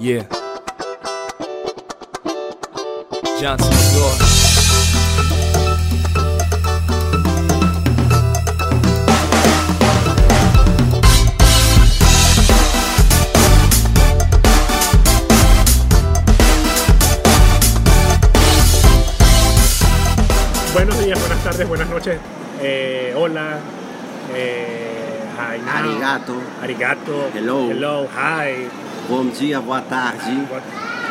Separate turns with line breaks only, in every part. Yeah. Johnson, New York.
Buenos días, buenas tardes, buenas noches. Eh, hola. Eh, hi now.
Arigato.
Arigato.
Hello.
Hello. Hi.
Bom dia, boa tarde.
What-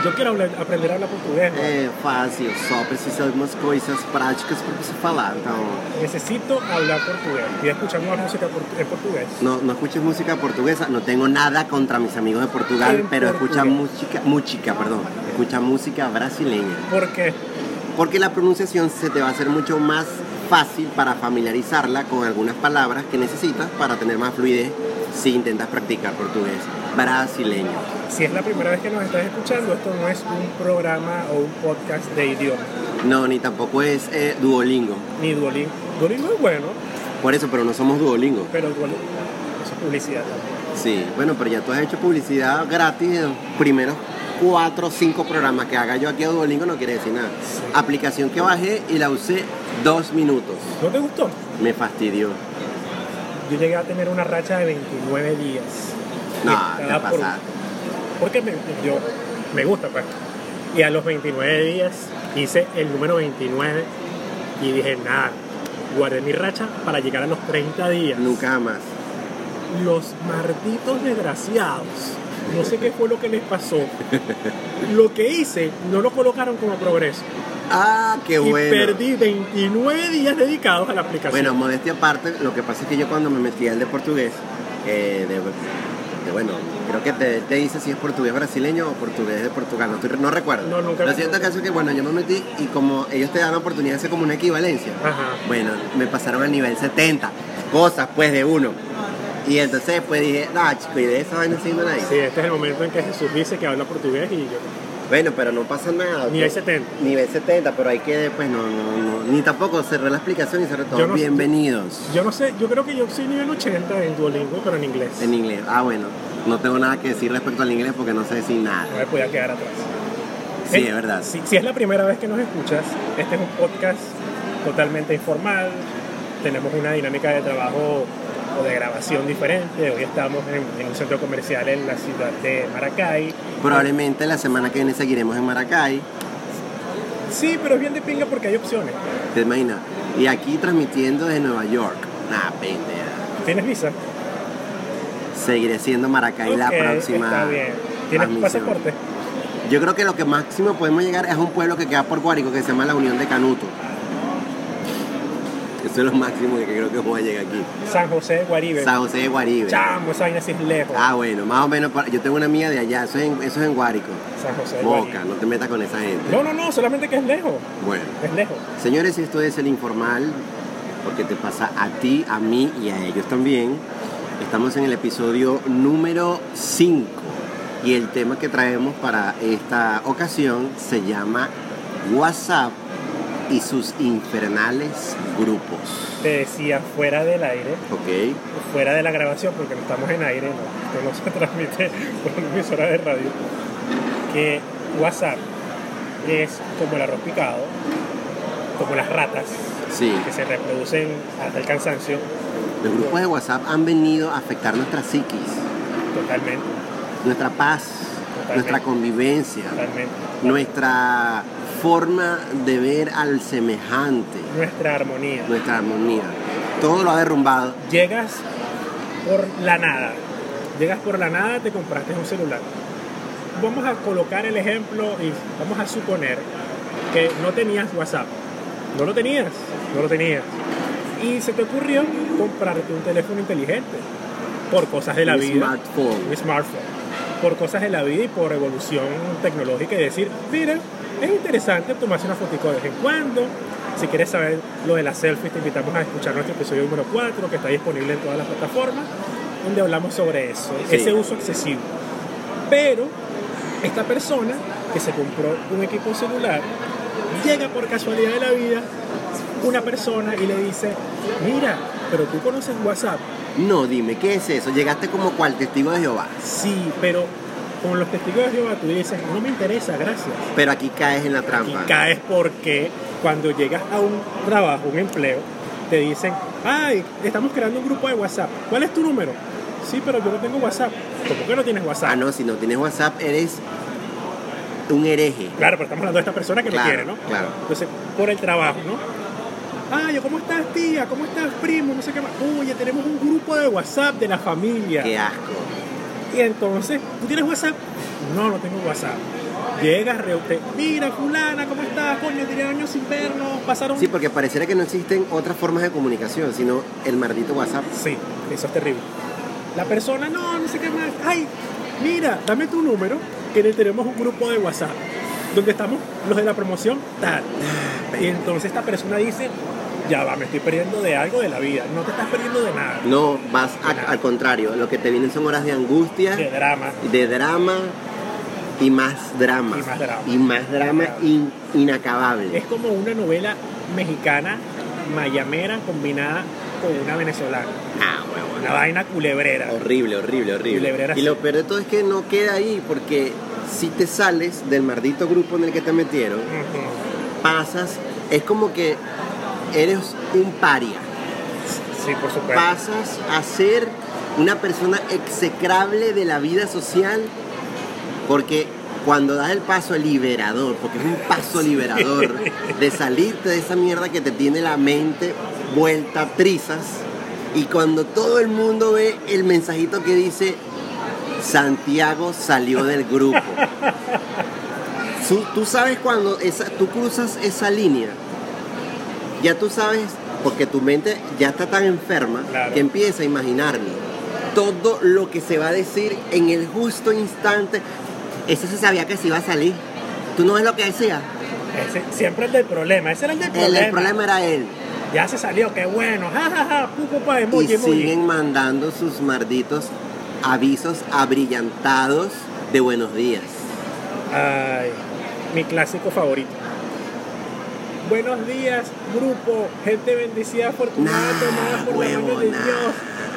Yo quiero hablar- aprender a hablar portugués. ¿no?
É fácil, só precisa de algumas coisas práticas para você falar. Então,
Necesito hablar portugués. Y escuchamos música por- en português.
no, no escuches música portuguesa. No tengo nada contra mis amigos de Portugal,
En
pero escucha
portugués.
música, música, perdón, escucha música brasileña.
Porque
Porque la pronunciación se te va a hacer mucho más fácil para familiarizarla con algunas palabras que necesitas para tener más fluidez si intentas practicar portugués brasileño.
si es la primera vez que nos estás escuchando, esto no es un programa o un podcast de idioma.
No, ni tampoco es eh, Duolingo.
Ni Duolingo. Duolingo es bueno,
Por eso, pero no somos Duolingo.
pero Duolingo eso es publicidad también.
Sí, bueno, pero ya tú has hecho publicidad gratis en los primeros cuatro o cinco programas que haga yo aquí a Duolingo no quiere decir nada. Aplicación que bajé y la usé dos minutos.
¿No te gustó?
Me fastidió.
Yo llegué a tener una racha de 29 días.
No,
Y
te
estaba por-
pasa.
Porque me, yo, me gusta, pues. Y a los 29 días hice el número 29 y dije, nada, guardé mi racha para llegar a los 30 días.
Nunca más.
Los malditos desgraciados. No sé qué fue lo que les pasó. Lo que hice no lo colocaron como progreso.
Ah, qué
y
bueno.
perdí 29 días dedicados a la aplicación.
Bueno, modestia aparte, lo que pasa es que yo cuando me metí al de portugués, eh, de, de- bueno, creo que te, te dice si es portugués brasileño o portugués de Portugal, no, estoy- no recuerdo.
No, nunca
Lo
me
cierto
acuerdo.
caso es que, bueno, yo me metí y como ellos te dan la oportunidad de hacer como una equivalencia,
Ajá.
bueno, me pasaron al nivel 70, cosas pues de uno. Y entonces después dije, ah, chico, y de esa vaina sí no la hice".
Sí, este es el momento en que Jesús dice que habla portugués y yo.
Bueno, pero no pasa nada.
Nivel
pues.
70.
Nivel 70, pero hay que, pues, no, no, no, ni tampoco cerré la explicación y cerré todo.
Yo no-
Bienvenidos.
Yo no sé, yo creo que yo soy nivel 80 en Duolingo, pero en inglés.
En inglés. Ah, bueno. No tengo nada que decir respecto al inglés porque no sé decir nada.
No me podía quedar atrás.
Sí,
Eh,
es verdad.
Si, si es la primera vez que nos escuchas, este es un podcast totalmente informal. Tenemos una dinámica de trabajo o de grabación diferente. Hoy estamos en, en un centro comercial en la ciudad de Maracay.
Probablemente la semana que viene seguiremos en Maracay.
Sí, pero es bien de pinga porque hay opciones.
¿Te imaginas? Y aquí transmitiendo desde Nueva York. Nah, pendeja.
¿Tienes visa?
Seguiré siendo Maracay la
Ok,
próxima.
Está bien. ¿Tienes
transmisión.
pasaporte?
Yo creo que lo que máximo podemos llegar es a un pueblo que queda por Guárico que se llama la Unión de Canuto. Eso es lo máximo que creo que voy a llegar aquí.
San José de Guaribe.
San José de Guaribe.
Chamo, esa vaina sí es lejos.
Ah, bueno, más o menos. por- Yo tengo una amiga de allá, eso es en, eso es en Guárico.
San José de
Boca,
Guaribe.
no te metas con esa gente.
No, no, no, solamente que es lejos.
Bueno,
Es lejos.
señores, esto es el informal, porque te pasa a ti, a mí y a ellos también. Estamos en el episodio número 5 y el tema que traemos para esta ocasión se llama WhatsApp y sus infernales grupos.
Te decía fuera del aire.
¿Ok?
fuera de la grabación, porque no estamos en aire, no, esto no se transmite por una emisora de radio, que WhatsApp es como el arroz picado, como las ratas,
Sí,
que se reproducen hasta el cansancio
los grupos de WhatsApp han venido a afectar nuestra psiquis,
totalmente,
nuestra paz, nuestra convivencia,
totalmente.
nuestra forma de ver al semejante.
Nuestra armonía.
nuestra armonía. Todo lo ha derrumbado.
Llegas por la nada, llegas por la nada, te compraste un celular. Vamos a colocar el ejemplo y vamos a suponer que no tenías WhatsApp. No lo tenías, no lo tenías. Y se te ocurrió comprarte un teléfono inteligente por cosas de la
el
vida.
smartphone.
Un smartphone. Por cosas de la vida y por evolución tecnológica y decir, mira, es interesante tomarse una fotico de vez en cuando. Si quieres saber lo de las selfies, te invitamos a escuchar nuestro episodio número 4, que está disponible en todas las plataformas, donde hablamos sobre eso,
Sí.
ese uso excesivo. Pero esta persona que se compró un equipo celular, llega por casualidad de la vida una persona y le dice, mira, pero tú conoces WhatsApp.
No, dime, ¿qué es eso? Llegaste como cual testigo de Jehová.
Sí, pero con los testigos de Jehová tú dices, no me interesa, gracias.
Pero aquí caes en la
Y
trampa.
caes porque cuando llegas a un trabajo, un empleo, te dicen, ay, estamos creando un grupo de WhatsApp. ¿Cuál es tu número? Sí, pero yo no tengo WhatsApp. ¿Cómo que no tienes WhatsApp?
Ah, no, si no tienes WhatsApp eres un hereje.
Claro, pero estamos hablando de esta persona que
Claro,
no quiere, ¿no?
claro.
Entonces, por el trabajo, ¿no? Ah, yo, ¿cómo estás, tía? ¿Cómo estás, primo? No sé qué más. Oye, tenemos un grupo de WhatsApp de la familia.
Qué asco.
Y entonces, ¿tú tienes WhatsApp? No, no tengo WhatsApp. Llegas, re- te- mira, fulana, ¿cómo estás? Coño, tiene años sin vernos, pasaron...
Sí, porque pareciera que no existen otras formas de comunicación, sino el maldito WhatsApp.
Sí, eso es terrible. La persona, no, no sé qué más. Ay, mira, dame tu número, que le tenemos un grupo de WhatsApp, donde estamos los de la promoción, tal. Y entonces esta persona dice, ya va, me estoy perdiendo de algo de la vida, no te estás perdiendo de nada,
No, vas a- al contrario. Lo que te vienen son horas de angustia,
de drama.
de drama y más drama.
Y más drama.
Y más drama in- inacabable.
Es como una novela mexicana, mayamera, combinada con una venezolana.
Ah, huevón.
Una vaina culebrera.
Horrible, horrible, horrible.
Culebrera,
Y
sí.
lo peor de todo es que no queda ahí, porque si te sales del maldito grupo en el que te metieron,
Ujú.
pasas, es como que eres un paria.
Sí, por supuesto.
Pasas a ser una persona execrable de la vida social, porque cuando das el paso liberador, porque es un paso liberador de salirte de esa mierda que te tiene la mente vuelta a trizas, y cuando todo el mundo ve el mensajito que dice, Santiago salió del grupo. Su- tú sabes cuando esa, tú cruzas esa línea, ya tú sabes, porque tu mente ya está tan enferma
Claro.
que empieza a imaginarlo. Todo lo que se va a decir en el justo instante, eso se sabía que se iba a salir. Tú no ves lo que decía.
Ese- siempre el del problema, ese era el del
El, el problema era él.
Ya se salió, qué bueno. Ja, ja, ja. Pu, pu, pa, emoji,
y
emoji.
siguen mandando sus malditos avisos abrillantados de buenos días.
Ay, mi clásico favorito. Buenos días, grupo, gente bendecida, afortunada,
Nah,
tomada por la mano
huevo,
de
nah.
Dios.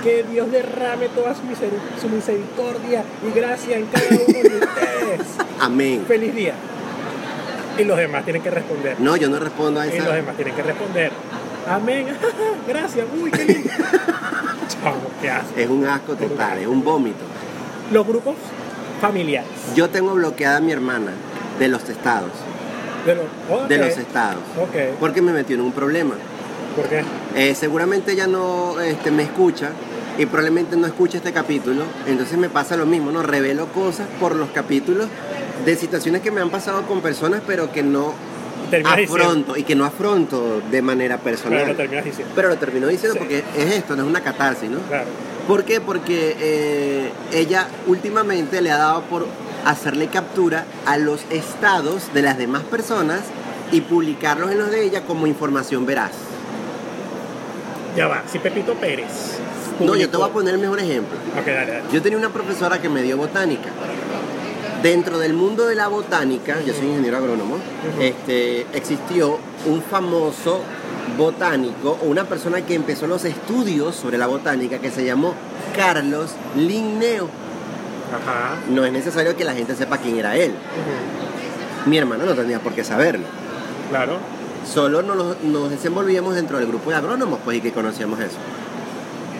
Que Dios derrame toda su, miseri- su misericordia y gracia en cada uno de ustedes.
Amén.
Feliz día. Y los demás tienen que responder.
No, yo no respondo a
Y los
esa.
demás tienen que responder. Amén. Gracias. Uy, qué lindo. Chamo, qué asco.
Es un asco total, es un vómito.
Los grupos familiares.
Yo tengo bloqueada a mi hermana de los estados,
De los, oh,
de
Ok.
los estados,
Ok.
porque me metió en un problema.
¿Por qué?
Eh, seguramente ella no este, me escucha y probablemente no escucha este capítulo, entonces me pasa lo mismo, no revelo cosas por los capítulos de situaciones que me han pasado con personas, pero que no Ah,
Terminas diciendo.
afronto y que no afronto de manera
Claro, lo
personal.
terminas diciendo.
Pero lo termino diciendo
Sí.
porque es esto, no es una catarsis, ¿no?
Claro.
¿Por qué? Porque eh, ella últimamente le ha dado por hacerle captura a los estados de las demás personas y publicarlos en los de ella como información veraz.
Ya va. Si Pepito Pérez.
No, yo te voy a
publicó-
poner el mejor ejemplo.
Ok, dale, dale.
Yo tenía una profesora que me dio botánica. Dentro del mundo de la botánica, yo soy ingeniero agrónomo, este, existió un famoso botánico o una persona que empezó los estudios sobre la botánica que se llamó Carlos Linneo.
Ajá.
No es necesario que la gente sepa quién era él.
Ujú.
Mi hermana no tenía por qué saberlo.
Claro.
Solo nos, nos desenvolvíamos dentro del grupo de agrónomos, pues, y que conocíamos eso.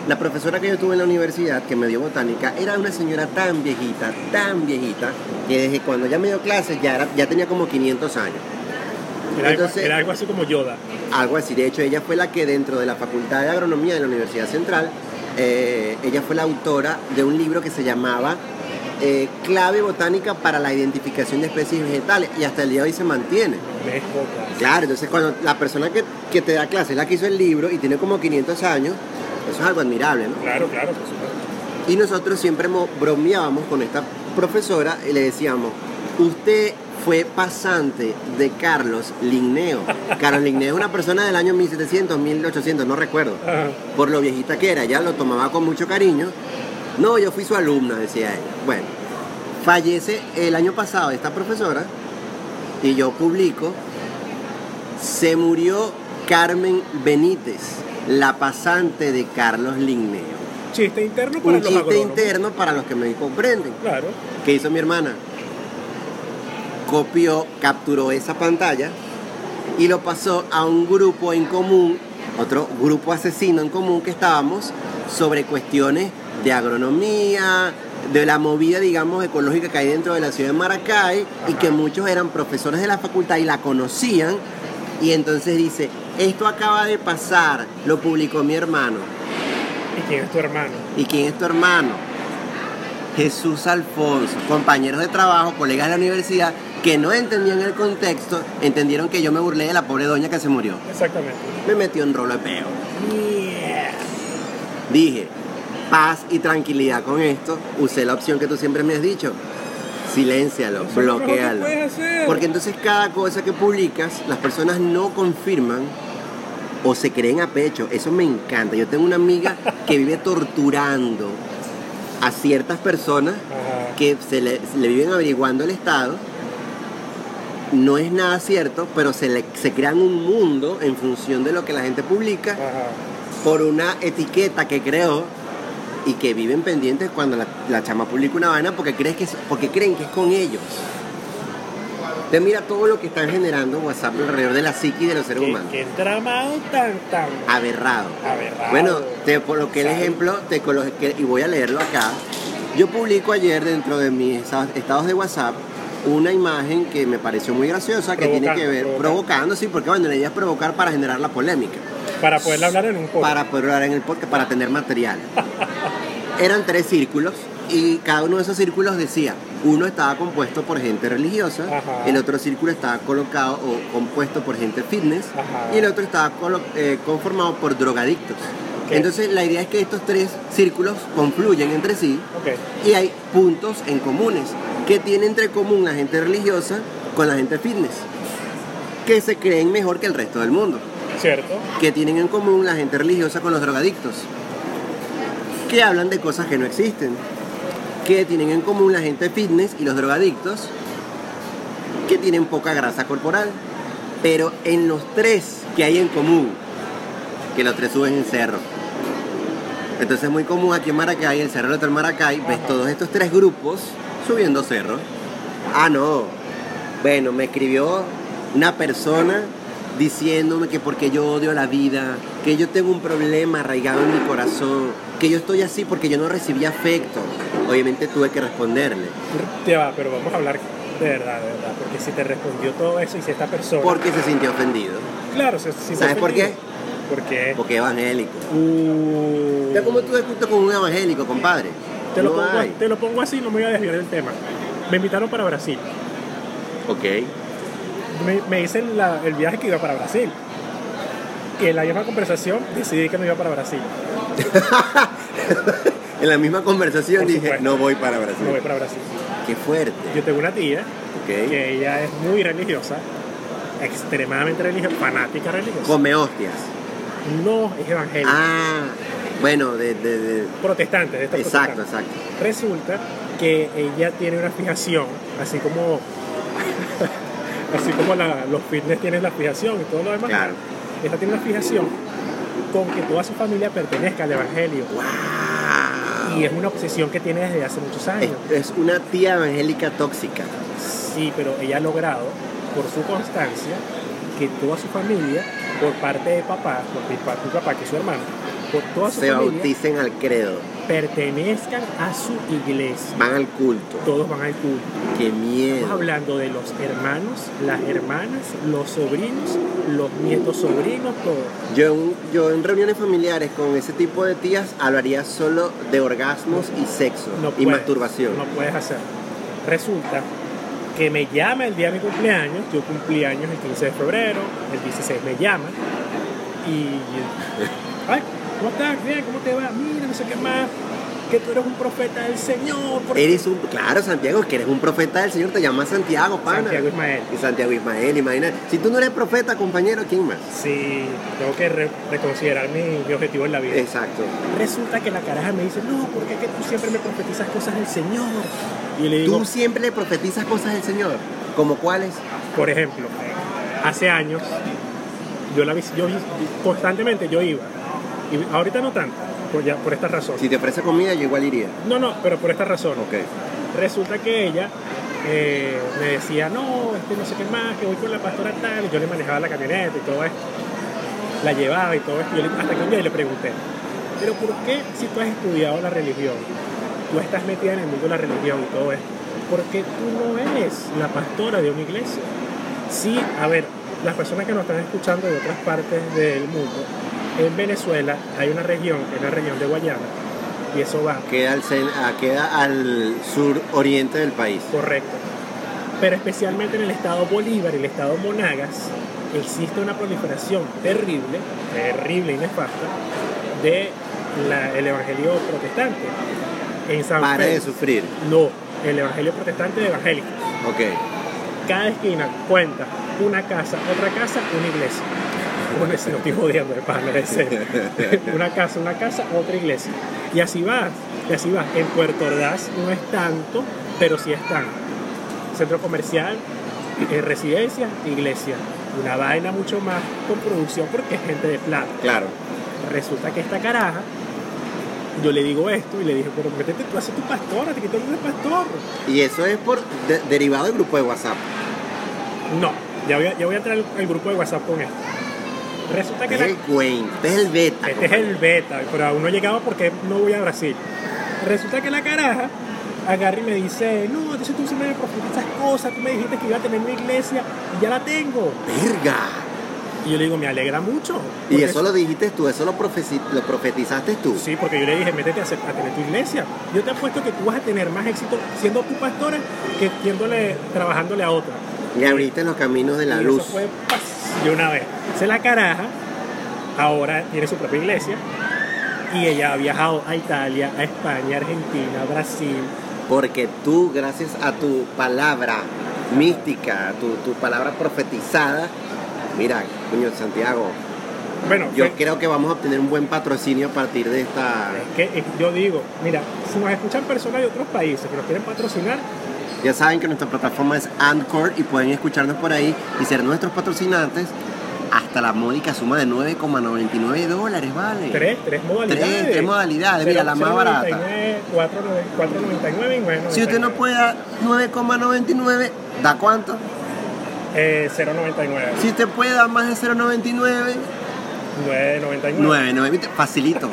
La profesora que yo tuve en la universidad, que me dio botánica, era una señora tan viejita, tan viejita, que desde cuando ya me dio clases ya, era- ya tenía como 500 años.
Era, algo-
Entonces-
era algo así como Yoda.
Algo así. De hecho, ella fue la que dentro de la Facultad de Agronomía de la Universidad Central, eh, ella fue la autora de un libro que se llamaba eh, Clave Botánica para la Identificación de Especies Vegetales y hasta el día de hoy se mantiene.
Ves pocas.
Claro, entonces cuando la persona que, que te da clase es la que hizo el libro y tiene como 500 años, eso es algo admirable, ¿no?
Claro, claro, por supuesto.
Y nosotros siempre mo- bromeábamos con esta profesora y le decíamos, usted fue pasante de Carlos Linneo. Carlos Linneo es una persona del año 1700, 1800, no recuerdo,
Ajá.
por lo viejita que era, ya lo tomaba con mucho cariño. No, yo fui su alumna, decía él. Bueno, fallece el año pasado esta profesora y yo publico, se murió Carmen Benítez, la pasante de Carlos Linneo.
chiste interno para
Un
los
chiste
agrónomos.
interno para los que me comprenden.
Claro.
¿Qué hizo mi hermana? Copió, capturó esa pantalla y lo pasó a un grupo en común, otro grupo asesino en común que estábamos, sobre cuestiones de agronomía, de la movida, digamos, ecológica que hay dentro de la ciudad de Maracay y
Ajá.
que muchos eran profesores de la facultad y la conocían. Y entonces dice, esto acaba de pasar, lo publicó mi hermano.
¿Y quién es tu hermano?
¿Y quién es tu hermano? Jesús Alfonso, compañeros de trabajo, colegas de la universidad que no entendían el contexto, entendieron que yo me burlé de la pobre doña que se murió.
Exactamente.
Me metió en rolo de peo. Dije, paz y tranquilidad con esto, usé la opción que tú siempre me has dicho. Siléncialo,
Eso es lo mejor que
bloquealo.
puedes hacer.
Porque entonces cada cosa que publicas, las personas no confirman o se creen a pecho. Eso me encanta. Yo tengo una amiga que vive torturando a ciertas personas
Ajá.
que se le, se le viven averiguando el estado. No es nada cierto, pero se, le, se crean un mundo en función de lo que la gente publica
Ajá.
por una etiqueta que creó y que viven pendientes cuando la, la chama publica una vaina porque, crees que es- porque creen que es con ellos. Te mira todo lo que están generando WhatsApp alrededor de la psiqui de los seres
¿Qué,
humanos.
qué tramado tan, tan
Aberrado.
aberrado.
Bueno, te coloqué el
Claro.
ejemplo te coloqué, y voy a leerlo acá. Yo publico ayer dentro de mis esa- estados de WhatsApp una imagen que me pareció muy graciosa, que tiene que
Provocando,
ver
provocando.
provocando, sí, porque bueno, la idea es provocar para generar la polémica.
Para poder hablar en un poco.
para poder hablar en el podcast, para tener material. Eran tres círculos y cada uno de esos círculos decía, uno estaba compuesto por gente religiosa,
Ajá.
el otro círculo estaba colocado o compuesto por gente fitness
Ajá.
y el otro estaba colo- eh, conformado por drogadictos.
¿Qué?
Entonces la idea es que estos tres círculos confluyen entre sí
Ok.
y hay puntos en comunes. que tiene entre común la gente religiosa con la gente fitness? Que se creen mejor que el resto del mundo
¿Cierto?
que tienen en común la gente religiosa con los drogadictos, que hablan de cosas que no existen, que tienen en común la gente fitness y los drogadictos, que tienen poca grasa corporal, pero en los tres que hay en común, que los tres suben en cerro. Entonces es muy común aquí en Maracay, el Cerro del Maracay, ves
Ajá.
todos estos tres grupos subiendo cerro. Ah, no. Bueno, me escribió una persona diciéndome que porque yo odio la vida, que yo tengo un problema arraigado en mi corazón, que yo estoy así porque yo no recibí afecto. Obviamente tuve que responderle,
Ya va, pero vamos a hablar de verdad, de verdad. Porque si te respondió todo eso y si esta persona.
porque se sintió ofendido,
Claro, si, si
¿Sabes por qué?
Porque.
porque evangélico.
Uh,
Ya como tú discutes con un evangélico, compadre.
te, lo
No
pongo,
hay.
te lo pongo así, no me voy a desviar del tema. Me invitaron para Brasil.
Ok.
Me, me hice la- el viaje que iba para Brasil. Y en la misma conversación decidí que no iba para Brasil.
En la misma conversación
Por
dije,
supuesto.
no voy para Brasil.
No voy para Brasil.
Qué fuerte.
Yo tengo una tía
Ok.
que ella es muy religiosa, extremadamente religiosa, fanática religiosa.
Come hostias.
No es evangélica.
Ah, bueno, de, de- de-
Protestante, de esta
exacto, exacto.
Resulta que ella tiene una fijación, así como así como la- los fitness tienen la fijación y todo lo demás.
Claro.
Ella tiene una fijación con que toda su familia pertenezca al evangelio. Y
Wow.
es una obsesión que tiene desde hace muchos años.
Es, es una tía evangélica tóxica.
Sí, pero ella ha logrado, por su constancia, que toda su familia, por parte de papá, por mi pa- mi papá, que es su hermano, por toda su
Se
familia,
bauticen al credo,
pertenezcan a su iglesia.
van al culto.
Todos van al culto.
Qué
Estamos
miedo.
hablando de los hermanos, las hermanas, los sobrinos, los nietos sobrinos, todo.
Yo, en- yo en reuniones familiares con ese tipo de tías hablaría solo de orgasmos y sexo
No
y
puedes,
masturbación.
No puedes hacer. Resulta que me llama el día de mi cumpleaños, yo cumplí años el 15 de febrero, el 16 me llama y ay, ¿cómo estás? Bien, ¿cómo te va? Mira, no sé qué más, que tú eres un profeta del Señor. por-
Eres un, claro, Santiago, que eres un profeta del Señor, te llamas Santiago, pana.
Santiago Ismael.
Y Santiago Ismael, imagina. Si tú no eres profeta, compañero, ¿quién más?
Sí, tengo que re- reconsiderar mi, mi objetivo en la vida.
Exacto.
Resulta que la caraja me dice, no, porque es que tú siempre me profetizas cosas del Señor. Y le digo,
Tú siempre le profetizas cosas del Señor. ¿Como cuáles?
por ejemplo, hace años, yo la vis- yo vis- constantemente yo iba, y ahorita no tanto, por, ya- por esta razón.
Si te ofrece comida, yo igual iría.
No, no, pero por esta razón.
Ok.
Resulta que ella eh, me decía, no, este no sé qué más, que voy con la pastora tal, y yo le manejaba la camioneta y todo esto, la llevaba y todo esto, y yo le- hasta que un día le pregunté, pero ¿por qué si tú has estudiado la religión, tú estás metida en el mundo de la religión y todo esto, por qué tú no eres la pastora de una iglesia? Sí, a ver, las personas que nos están escuchando de otras partes del mundo, en Venezuela hay una región, que es la región de Guayana, y eso va
Queda al, cen- ah, queda al sur oriente del país.
Correcto. Pero especialmente en el estado Bolívar y el estado Monagas existe una proliferación terrible, terrible y nefasta, de la- el evangelio protestante. En San
Para de
Pedro,
sufrir.
no, el evangelio protestante de evangélico.
Ok.
Cada esquina cuenta una casa, otra casa, una iglesia. Bueno, ese no estoy jodiendo, hermano, en serio. Una casa, una casa, otra iglesia. Y así vas, y así vas. En Puerto Ordaz no es tanto, pero sí es tanto centro comercial, eh, residencia, iglesia. Una vaina mucho más con producción porque es gente de plata.
Claro.
Resulta que esta caraja, yo le digo esto y le dije, pero métete tú a ser tu pastora, te quito el nombre de pastor.
Y eso es por de- derivado del grupo de WhatsApp.
No, ya voy a, ya voy a entrar al, al grupo de WhatsApp con esto. Resulta que
Es
la-
el cuento, es el beta.
este es el beta, pero aún no he llegado porque no voy a Brasil. Resulta que la caraja agarra y me dice, no, entonces tú siempre me propusiste esas cosas, tú me dijiste que iba a tener una iglesia y ya la tengo.
Verga.
Y yo le digo, me alegra mucho.
Y
Porque-
eso lo dijiste tú, eso lo, profeci- lo profetizaste tú.
Sí, porque yo le dije, métete a, hacer- a tener tu iglesia. Yo te apuesto que tú vas a tener más éxito siendo tu pastora que siéndole, trabajándole a otra.
Me abriste los caminos de la
y
luz.
Eso fue ¡pas! de una vez. Se la caraja, ahora tiene su propia iglesia y ella ha viajado a Italia, a España, Argentina, Brasil.
Porque tú, gracias a tu palabra mística, tu, tu palabra profetizada, mira, coño Santiago,
Bueno,
yo
fue-
creo que vamos a obtener un buen patrocinio a partir de esta.
es que eh, yo digo, mira, si nos escuchan personas de otros países que nos quieren patrocinar,
Ya saben que nuestra plataforma es Anchor y pueden escucharnos por ahí y ser nuestros patrocinantes hasta la módica suma de 9,99 dólares, ¿vale?
tres, tres modalidades.
tres modalidades, mira, la más barata.
0,99, 4,99, 4,99 y 9,99.
Si usted no puede dar 9,99, ¿da cuánto?
Eh, 0.99.
Si usted puede dar más de 0,99,
9.99.
9,99, facilito.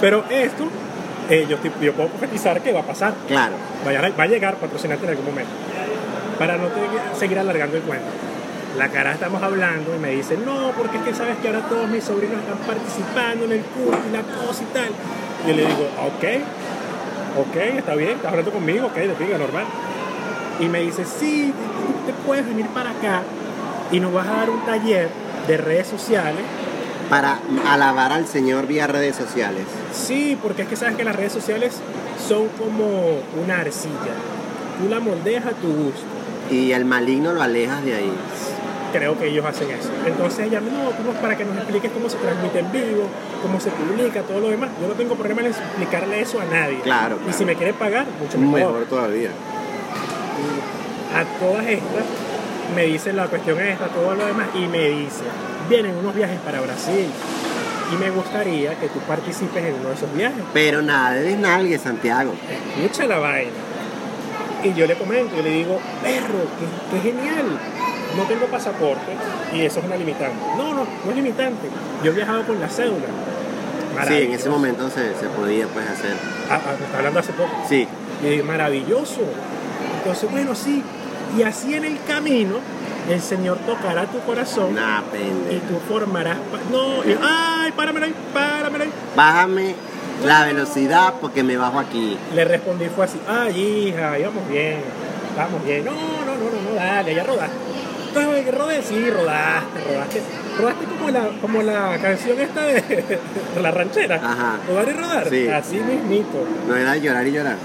Pero esto, eh, yo, estoy- yo puedo profetizar que va a pasar.
Claro.
Vaya- va a llegar patrocinante en algún momento. Para no te- seguir alargando el cuento. La cara estamos hablando y me dice, no, porque es que sabes que ahora todos mis sobrinos están participando en el curso y la cosa y tal. Y yo le digo, ok, ok, está bien, estás hablando conmigo, ok, de pinga, normal. Y me dice, sí, tú te puedes venir para acá y nos vas a dar un taller de redes sociales
Para alabar al Señor vía redes sociales.
Sí, porque es que sabes que las redes sociales son como una arcilla. Tú la moldeas a tu gusto.
Y al maligno lo alejas de ahí.
Creo que ellos hacen eso. Entonces ella, no, tú no- para que nos expliques cómo se transmite en vivo, cómo se publica, todo lo demás. Yo no tengo problema en explicarle eso a nadie.
Claro,
Y
claro.
si me quiere pagar, mucho mejor.
Mejor todavía.
A todas estas, me dicen la cuestión esta, todo lo demás, y me dice, vienen unos viajes para Brasil. Y me gustaría que tú participes en uno de esos viajes.
Pero nada de desnalgue, Santiago.
escucha la vaina. Y yo le comento, yo le digo, perro, qué, qué genial. No tengo pasaporte y eso es una limitante. No, no, no es limitante. Yo he viajado con la cédula.
Sí, en ese
Maravilloso.
momento se, se podía pues hacer.
Ah, ah, me está hablando hace poco.
Sí.
Y dije, maravilloso. Entonces, bueno, sí. Y así en el camino, el Señor tocará tu corazón
Nah,
y
pendejo.
tú formarás. pa- No, y- ay, páramelo ahí, páramelo ahí.
Bájame la velocidad porque me bajo aquí.
Le respondí fue así, ay hija, íbamos bien, vamos bien. No, no, no, no, no, dale, ya rodaste. Entonces, rodé, sí, rodaste, rodaste. Rodaste como la, como la canción esta de, de la ranchera.
Ajá.
Rodar y rodar.
Sí.
Así mismito.
No era llorar y llorar.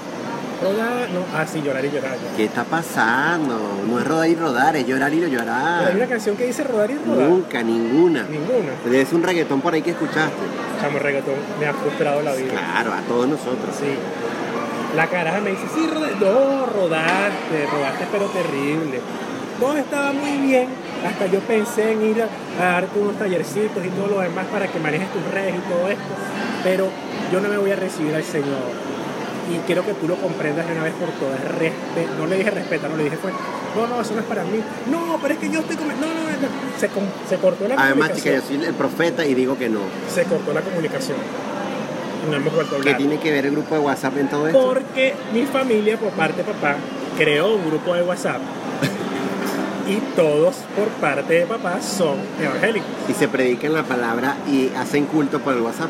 Rodar, no, así llorar y llorar.
¿Qué está pasando? No es rodar y rodar, es llorar y
Pero Hay una
llorar.
canción que dice rodar y rodar.
Nunca, ninguna.
Ninguna.
Es un reggaetón por ahí que escuchaste.
Chamo reggaetón, me ha frustrado la vida.
Claro, a todos nosotros.
Sí. La caraja me dice, sí, roda- no, rodaste, rodaste pero terrible. Todo estaba muy bien, hasta yo pensé en ir a, a darte unos tallercitos y todo lo demás para que manejes tus redes y todo esto, pero yo no me voy a recibir al Señor. Y quiero que tú lo comprendas de una vez por todas. Respe- no le dije respeta, no le dije fue. No, no, eso no es para mí. No, pero es que yo estoy comi- No, no, no. Se, con- se cortó la
Además, chica, yo
comunicación.
soy el profeta y digo que no.
Se cortó la comunicación. Y no hemos vuelto a
¿Qué
hablar.
tiene que ver el grupo de WhatsApp en todo esto?
Porque mi familia, por parte de papá, creó un grupo de WhatsApp. y todos, por parte de papá, son evangélicos.
Y se predican la palabra y hacen culto por el WhatsApp.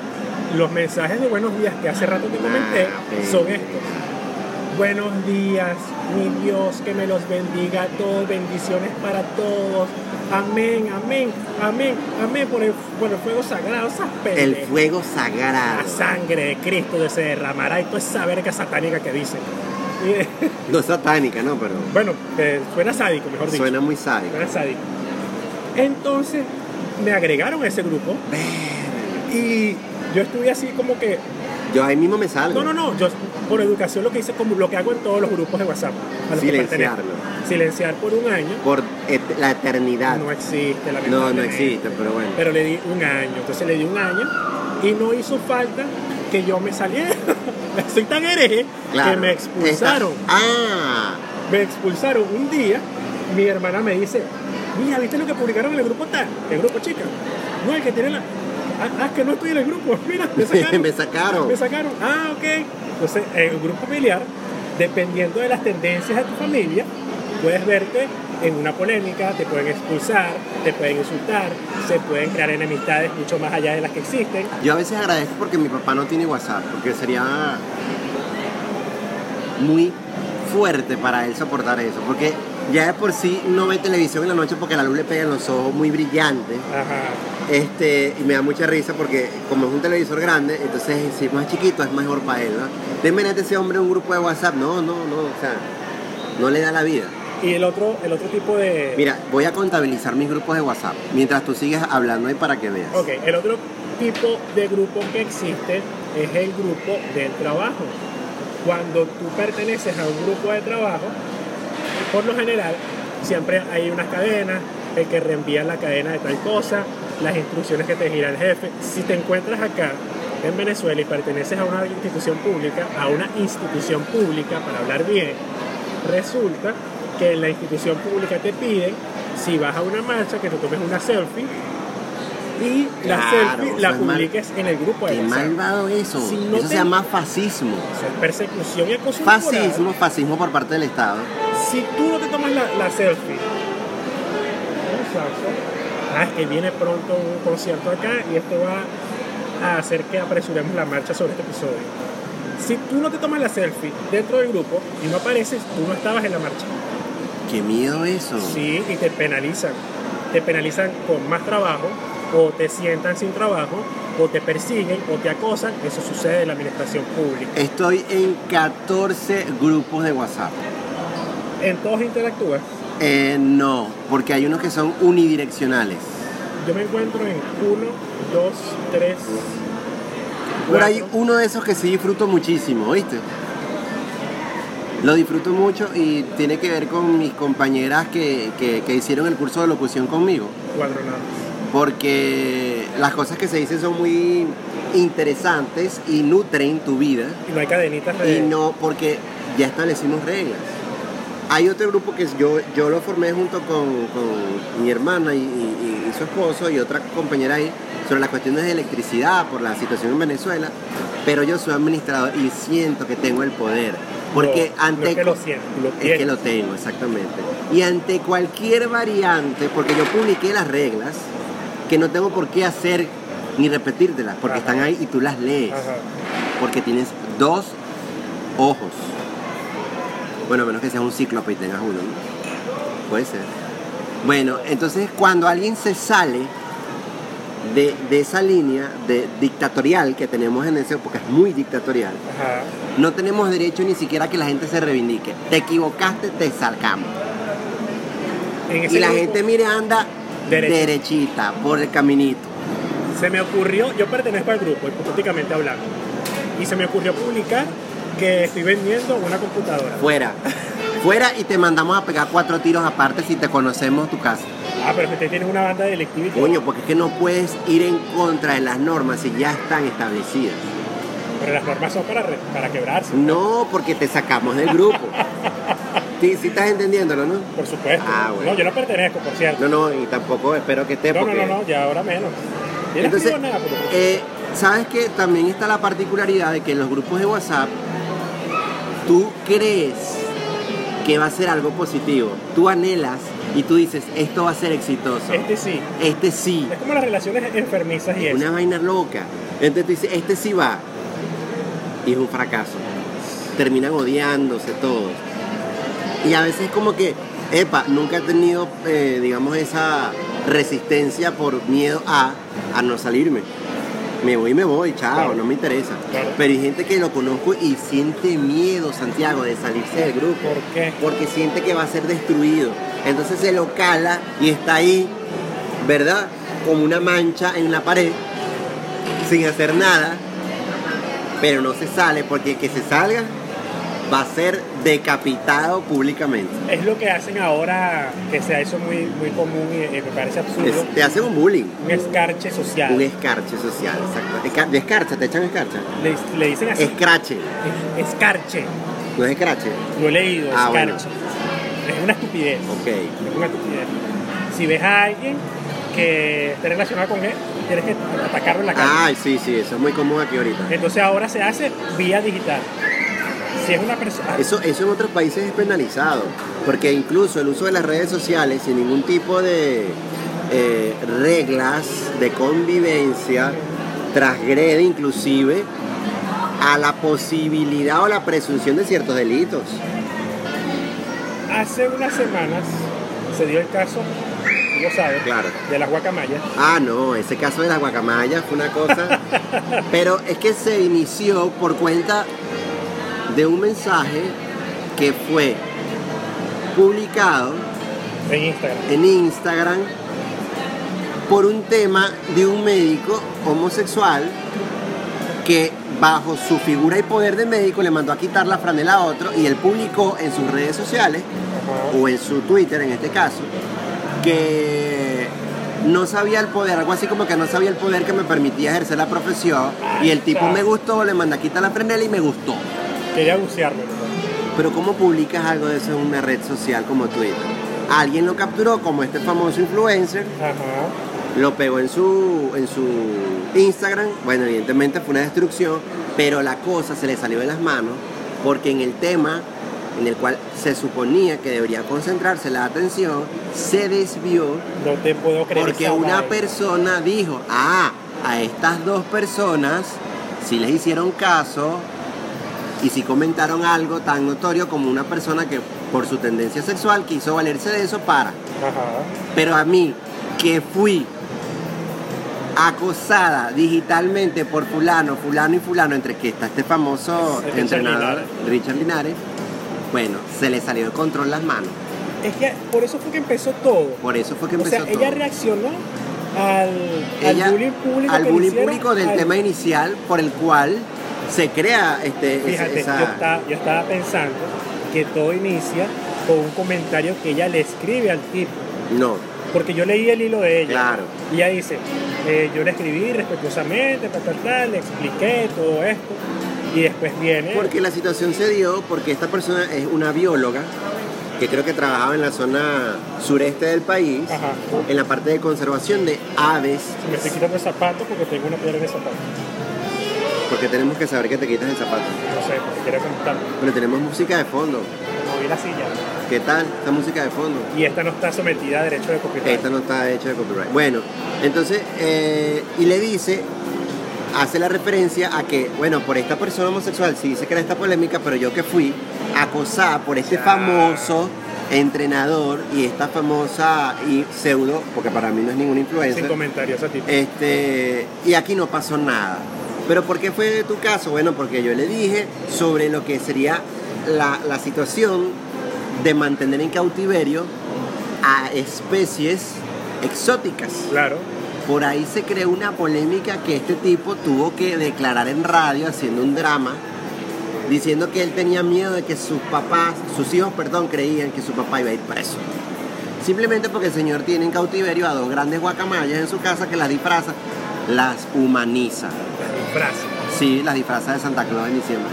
Los mensajes de buenos días que hace rato te comenté
Ah, ok.
son estos. Buenos días, mi Dios que me los bendiga a todos, bendiciones para todos. Amén, amén, amén, amén por el, por el fuego sagrado, esas
El
pendejas.
fuego sagrado.
La sangre de Cristo que se derramará y toda esa verga satánica que dicen. Y,
No es satánica, ¿no? Pero
bueno, eh, suena sádico, mejor dicho.
suena muy sádico.
Suena sádico. Entonces me agregaron a ese grupo y yo estuve así como que
Yo ahí mismo me salgo.
No, no, no. Yo por educación lo que hice como lo que hago en todos los grupos de WhatsApp. a los que
Silenciarlo.
pertenezco. Silenciar por un año.
Por et- la eternidad.
No existe la
No, no existe, pero bueno.
Pero le di un año. Entonces le di un año y no hizo falta que yo me saliera. Soy tan hereje que
Claro.
me expulsaron.
Esta- Ah,
Me expulsaron un día. Mi hermana me dice, mira, ¿viste lo que publicaron en el grupo tal? El grupo chica. No, el que tiene la... Ah, ah, que no estoy en el grupo. Mira, me sacaron.
me sacaron.
Me sacaron. Ah, ok. Entonces, en un grupo familiar, dependiendo de las tendencias de tu familia, puedes verte en una polémica, te pueden expulsar, te pueden insultar, se pueden crear enemistades mucho más allá de las que existen.
Yo a veces agradezco porque mi papá no tiene WhatsApp, porque sería muy fuerte para él soportar eso, porque ya de por sí no ve televisión en la noche porque la luz le pega en los ojos muy brillante.
Ajá.
Este, y me da mucha risa porque como es un televisor grande, entonces si es más chiquito es mejor para él, ¿no? De manera ese hombre en un grupo de WhatsApp, no, no, no, o sea, no le da la vida.
Y el otro, el otro tipo de...
Mira, voy a contabilizar mis grupos de WhatsApp mientras tú sigas hablando ahí para que veas.
Ok, el otro tipo de grupo que existe es el grupo del trabajo. Cuando tú perteneces a un grupo de trabajo, por lo general siempre hay unas cadenas, el que reenvía la cadena de tal cosa, las instrucciones que te gira el jefe. Si te encuentras acá en Venezuela y perteneces a una institución pública, a una institución pública, para hablar bien, resulta que en la institución pública te piden, si vas a una marcha, que te tomes una selfie y la
Claro,
selfie
eso
la
es mal-
publiques en el grupo de
Qué
WhatsApp.
malvado eso.
Si no
eso
te-
se llama fascismo.
Eso es persecución y acoso laboral.
Fascismo, fascismo por parte del Estado.
Si tú no te tomas la, la selfie, Exacto. ah, es que viene pronto un concierto acá y esto va a hacer que apresuremos la marcha sobre este episodio. Si tú no te tomas la selfie dentro del grupo y no apareces, tú no estabas en la marcha.
Qué miedo eso.
Sí, y te penalizan. Te penalizan con más trabajo, o te sientan sin trabajo, o te persiguen, o te acosan. Eso sucede en la administración pública.
Estoy en 14 grupos de WhatsApp.
En todos interactúas.
Eh, no, porque hay unos que son unidireccionales.
Yo me encuentro en 1, 2, 3.
Pero hay uno de esos que sí disfruto muchísimo, ¿oíste? Lo disfruto mucho y tiene que ver con mis compañeras que, que- que hicieron el curso de locución conmigo.
Cuatro nada.
Porque las cosas que se dicen son muy interesantes y nutren tu vida.
Y no hay cadenitas de.
Y no, porque ya establecimos reglas. Hay otro grupo que yo, yo lo formé junto con, con mi hermana y, y- y su esposo y otra compañera ahí sobre las cuestiones de electricidad por la situación en Venezuela, pero yo soy administrador y siento que tengo el poder. Porque
No, no
ante
es que
cu-
lo siento, lo
es que
tienes.
lo tengo, exactamente. Y ante cualquier variante, porque yo publiqué las reglas, que no tengo por qué hacer ni repetírtelas, porque
Ajá.
están ahí y tú las lees
Ajá.
porque tienes dos ojos. Bueno, a menos que seas un cíclope y tengas uno. ¿no? Puede ser. Bueno, entonces cuando alguien se sale de, de esa línea de dictatorial que tenemos en ese, porque es muy dictatorial,
Ajá.
no tenemos derecho ni siquiera a que la gente se reivindique. Te equivocaste, te sacamos.
En ese
Y la
grupo
gente, mire, anda
Derecha.
derechita por el caminito.
Se me ocurrió, yo pertenezco al grupo, hipotéticamente hablando, y se me ocurrió publicar que estoy vendiendo una computadora.
Fuera. Fuera y te mandamos a pegar cuatro tiros aparte si te conocemos tu casa.
Ah, pero usted tiene una banda delictiva y todo.
Coño, porque es que no puedes ir en contra de las normas si ya están establecidas.
Pero las normas son para, re- para quebrarse.
No, porque te sacamos del grupo. sí, sí estás entendiéndolo, ¿no?
Por supuesto.
Ah, bueno.
No, yo no pertenezco, por cierto.
No, no, y tampoco espero que estés
No, no,
porque...
no, no, ya ahora menos. Y él
Entonces,
escribió nada, porque-
eh, sabes que también está la particularidad de que en los grupos de WhatsApp tú crees que va a ser algo positivo, tú anhelas y tú dices, esto va a ser exitoso,
este sí.
este sí,
Es como las relaciones enfermizas y eso.
una vaina loca. Entonces tú dices, este sí va y es un fracaso. Terminan odiándose todos. Y a veces como que, epa, nunca he tenido, eh, digamos, esa resistencia por miedo a, a no salirme. Me voy, me voy, chao,
Claro.
no me interesa.
Claro.
Pero hay gente que lo conozco y siente miedo, Santiago, de salirse del grupo.
¿Por qué?
Porque siente que va a ser destruido. Entonces se lo cala y está ahí, ¿verdad? Como una mancha en la pared, sin hacer nada, pero no se sale porque el que se salga va a ser decapitado públicamente.
Es lo que hacen ahora, que se ha hecho muy, muy común y, y me parece absurdo,
Es- te hacen un bullying,
un escarche social.
un escarche social, exacto. Esca- de escarcha, te echan escarcha.
Le, le dicen así,
Escrache,
es- escarche.
no es escrache.
Lo he leído,
Ah, bueno.
escarche. Es una estupidez.
Ok.
Es una estupidez. Si ves a alguien que esté relacionado con él, tienes que atacarlo en la cara.
Ay, sí, sí, eso es muy común aquí ahorita.
Entonces ahora se hace vía digital. Si es una persona...
Eso, eso en otros países es penalizado, porque incluso el uso de las redes sociales sin ningún tipo de eh, reglas de convivencia transgrede inclusive a la posibilidad o la presunción de ciertos delitos.
Hace unas semanas se dio el caso, tú lo sabes,
Claro.
de las guacamayas.
Ah, no, ese caso de las guacamayas fue una cosa, pero es que se inició por cuenta de un mensaje que fue publicado
en Instagram.
en Instagram por un tema de un médico homosexual que bajo su figura y poder de médico le mandó a quitar la franela a otro y él publicó en sus redes sociales o en su Twitter en este caso que no sabía el poder, algo así como que no sabía el poder que me permitía ejercer la profesión y el tipo me gustó, le mandó a quitar la franela y me gustó.
Quería bucearme.
Pero ¿cómo publicas algo de eso en una red social como Twitter? Alguien lo capturó como este famoso influencer,
Ajá.
lo pegó en su, en su Instagram, bueno, evidentemente fue una destrucción, pero la cosa se le salió de las manos porque en el tema en el cual se suponía que debería concentrarse la atención, se desvió
No te puedo creer.
porque
esa
una
vaina.
persona dijo, ah, a estas dos personas si les hicieron caso y si comentaron algo tan notorio como una persona que por su tendencia sexual quiso valerse de eso para.
Ajá.
Pero a mí, que fui acosada digitalmente por fulano, fulano y fulano, entre que está este famoso
Richard
entrenador
Linares.
Richard Linares, bueno, se le salió de control las manos.
Es que por eso fue que empezó todo.
Por eso fue que
o
empezó
sea,
todo.
ella reaccionó al,
Ella-
al bullying público.
al
que le
bullying
hicieron,
público del
al-
tema inicial por el cual se crea este, ese-
Fíjate,
esa-
yo, estaba, yo estaba pensando que todo inicia con un comentario que ella le escribe al tipo.
No,
Porque yo leí el hilo de ella.
Claro.
Y ella dice, eh, yo le escribí respetuosamente, tal, tal, tal, le expliqué todo esto. Y después viene...
porque la situación se dio porque esta persona es una bióloga que creo que trabajaba en la zona sureste del país,
Ajá.
en la parte de conservación de aves,
Me estoy quitando el zapato porque tengo una piedra en el zapato.
porque tenemos que saber que te quitas el zapato.
No sé, porque quiero contar.
Pero tenemos música de fondo.
Moví la silla.
¿Qué tal esta música de fondo?
Y esta no está sometida a derecho de copyright.
Esta no está hecha de copyright. Bueno, entonces, eh, y le dice, hace la referencia a que, bueno, por esta persona homosexual sí se crea esta polémica, pero yo que fui acosada por este
Ya.
famoso entrenador y esta famosa y pseudo, porque para mí no es ninguna
Sin
influencer,
comentarios a ti.
este, y aquí no pasó nada. Pero ¿por qué fue tu caso? Bueno, porque yo le dije sobre lo que sería la, la situación de mantener en cautiverio a especies exóticas.
Claro.
Por ahí se creó una polémica que este tipo tuvo que declarar en radio haciendo un drama, diciendo que él tenía miedo de que sus papás, sus hijos, perdón, creían que su papá iba a ir preso. Simplemente porque el señor tiene en cautiverio a dos grandes guacamayas en su casa que las disfraza, las humaniza.
Frase.
Sí, las disfrazas de Santa Claus en diciembre.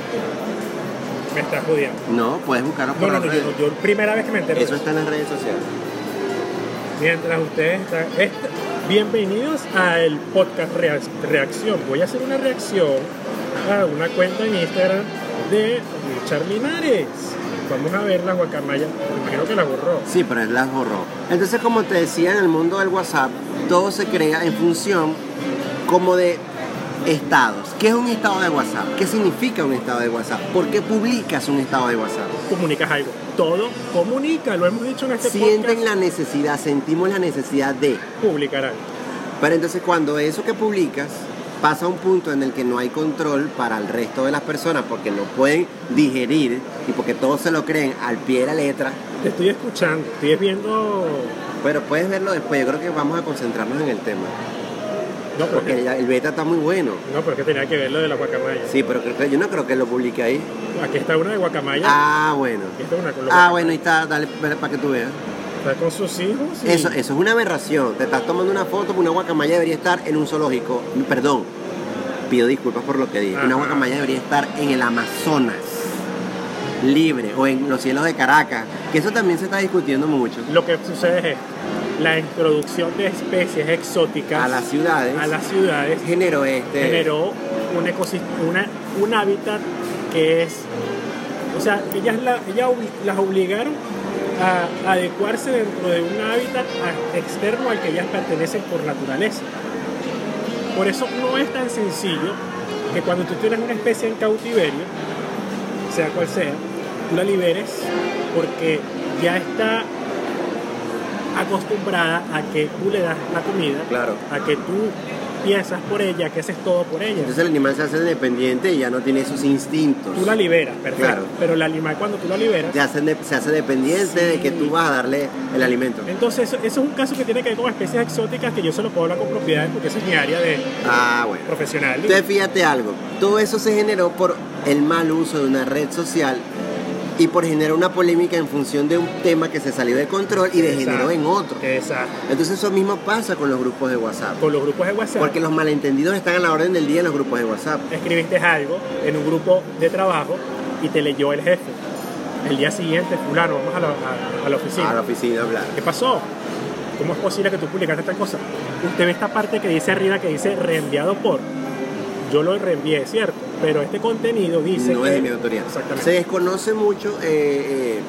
Me estás jodiendo.
No, puedes buscarlo
No,
por
no,
las
no, yo,
redes.
no, yo primera vez que me entero. de
Eso está en las redes sociales.
Mientras ustedes están. est- bienvenidos al podcast Reac- Reacción. Voy a hacer una reacción a una cuenta en Instagram de Richard Linares. Vamos a ver la guacamaya. Me imagino que la borró.
Sí, pero él las borró. Entonces, como te decía, en el mundo del WhatsApp, todo se crea en función como de estados. ¿Qué es un estado de WhatsApp? ¿Qué significa un estado de WhatsApp? ¿Por qué publicas un estado de WhatsApp?
Comunicas algo. Todo comunica. Lo hemos dicho en este
Sienten
podcast.
la necesidad, sentimos la necesidad de.
Publicarán.
Pero entonces cuando eso que publicas pasa a un punto en el que no hay control para el resto de las personas porque no pueden digerir y porque todos se lo creen al pie de la letra,
Te estoy escuchando. Estoy viendo.
pero puedes verlo después, yo creo que vamos a concentrarnos en el tema,
No, pero,
porque
que,
ya el beta está muy bueno.
no, pero es que tenía que ver lo de la guacamaya.
Sí, pero creo que- yo no creo que lo publique ahí.
Aquí está una de guacamaya.
Ah, bueno.
Aquí está una con los
Ah,
guacamayas.
bueno, ahí está, dale para que tú veas.
Está con sus hijos. y-
Eso, eso es una aberración. Te estás tomando una foto, una guacamaya debería estar en un zoológico. Perdón, pido disculpas por lo que dije. Una
Ajá.
guacamaya debería estar en el Amazonas, libre, o en los cielos de Caracas. Que eso también se está discutiendo mucho.
Lo que sucede es esto. la introducción de especies exóticas
A las ciudades,
a las ciudades
género este.
generó un ecosistema, un hábitat que es, o sea, ellas, la- ellas obli- las obligaron a adecuarse dentro de un hábitat a- externo al que ellas pertenecen por naturaleza. Por eso no es tan sencillo que cuando tú tienes una especie en cautiverio, sea cual sea, tú la liberes porque ya está acostumbrada a que tú le das la comida,
Claro.
a que tú piensas por ella, que haces todo por ella.
Entonces el animal se hace dependiente y ya no tiene esos instintos.
Tú la liberas, perfecto.
Claro.
Pero el animal cuando tú la liberas...
Se hace, de- se hace dependiente de que
Sí.
tú vas a darle el alimento.
Entonces eso, eso es un caso que tiene que ver con especies exóticas que yo se lo puedo hablar con propiedades porque esa es mi área de
Ah, bueno.
profesional.
Entonces fíjate algo, todo eso se generó por el mal uso de una red social y por generar una polémica en función de un tema que se salió de control y
Exacto.
degeneró en otro.
Exacto.
Entonces eso mismo pasa con los grupos de WhatsApp,
Con los grupos de WhatsApp.
porque los malentendidos están a la orden del día en los grupos de WhatsApp.
escribiste algo en un grupo de trabajo y te leyó el jefe. El día siguiente, fulano, vamos a la, a- a la oficina.
A la oficina, hablar.
¿Qué pasó? ¿Cómo es posible que tú publicaste esta cosa? Usted ve esta parte que dice arriba que dice reenviado por. Yo lo reenvié, es cierto, pero este contenido dice
no
que-
es de mi autoría.
Exactamente.
Se desconoce mucho eh, eh,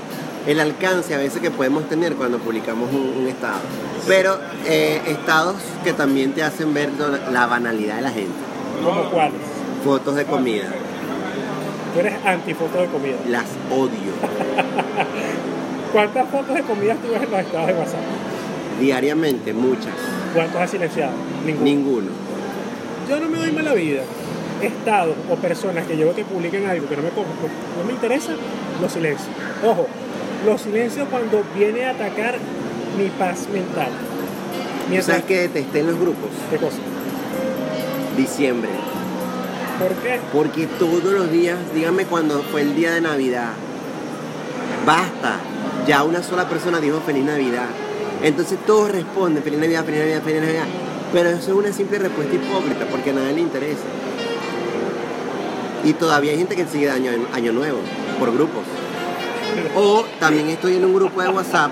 el alcance a veces que podemos tener cuando publicamos un, un estado. Pero eh, estados que también te hacen ver la banalidad de la gente.
¿Cómo cuáles?
Fotos de comida.
Tú eres antifoto de comida.
Las odio.
¿Cuántas fotos de comida tú ves en los estados de WhatsApp?
Diariamente, muchas.
¿Cuántos has silenciado? Ninguno.
Ninguno.
Yo no me doy mala vida. Estados o personas que llevo que publiquen algo que no me, co- no me interesa, lo silencio. Ojo, lo silencio cuando viene a atacar mi paz mental. Mientras
¿Sabes qué detesté en los grupos?
¿Qué cosa?
Diciembre.
¿Por qué?
Porque todos los días, dígame cuando fue el día de Navidad. Basta. Ya una sola persona dijo feliz Navidad. Entonces todos responden feliz Navidad, feliz Navidad, feliz Navidad. Pero eso es una simple respuesta hipócrita porque a nadie le interesa. Y todavía hay gente que sigue año, año nuevo por grupos. O también estoy en un grupo de WhatsApp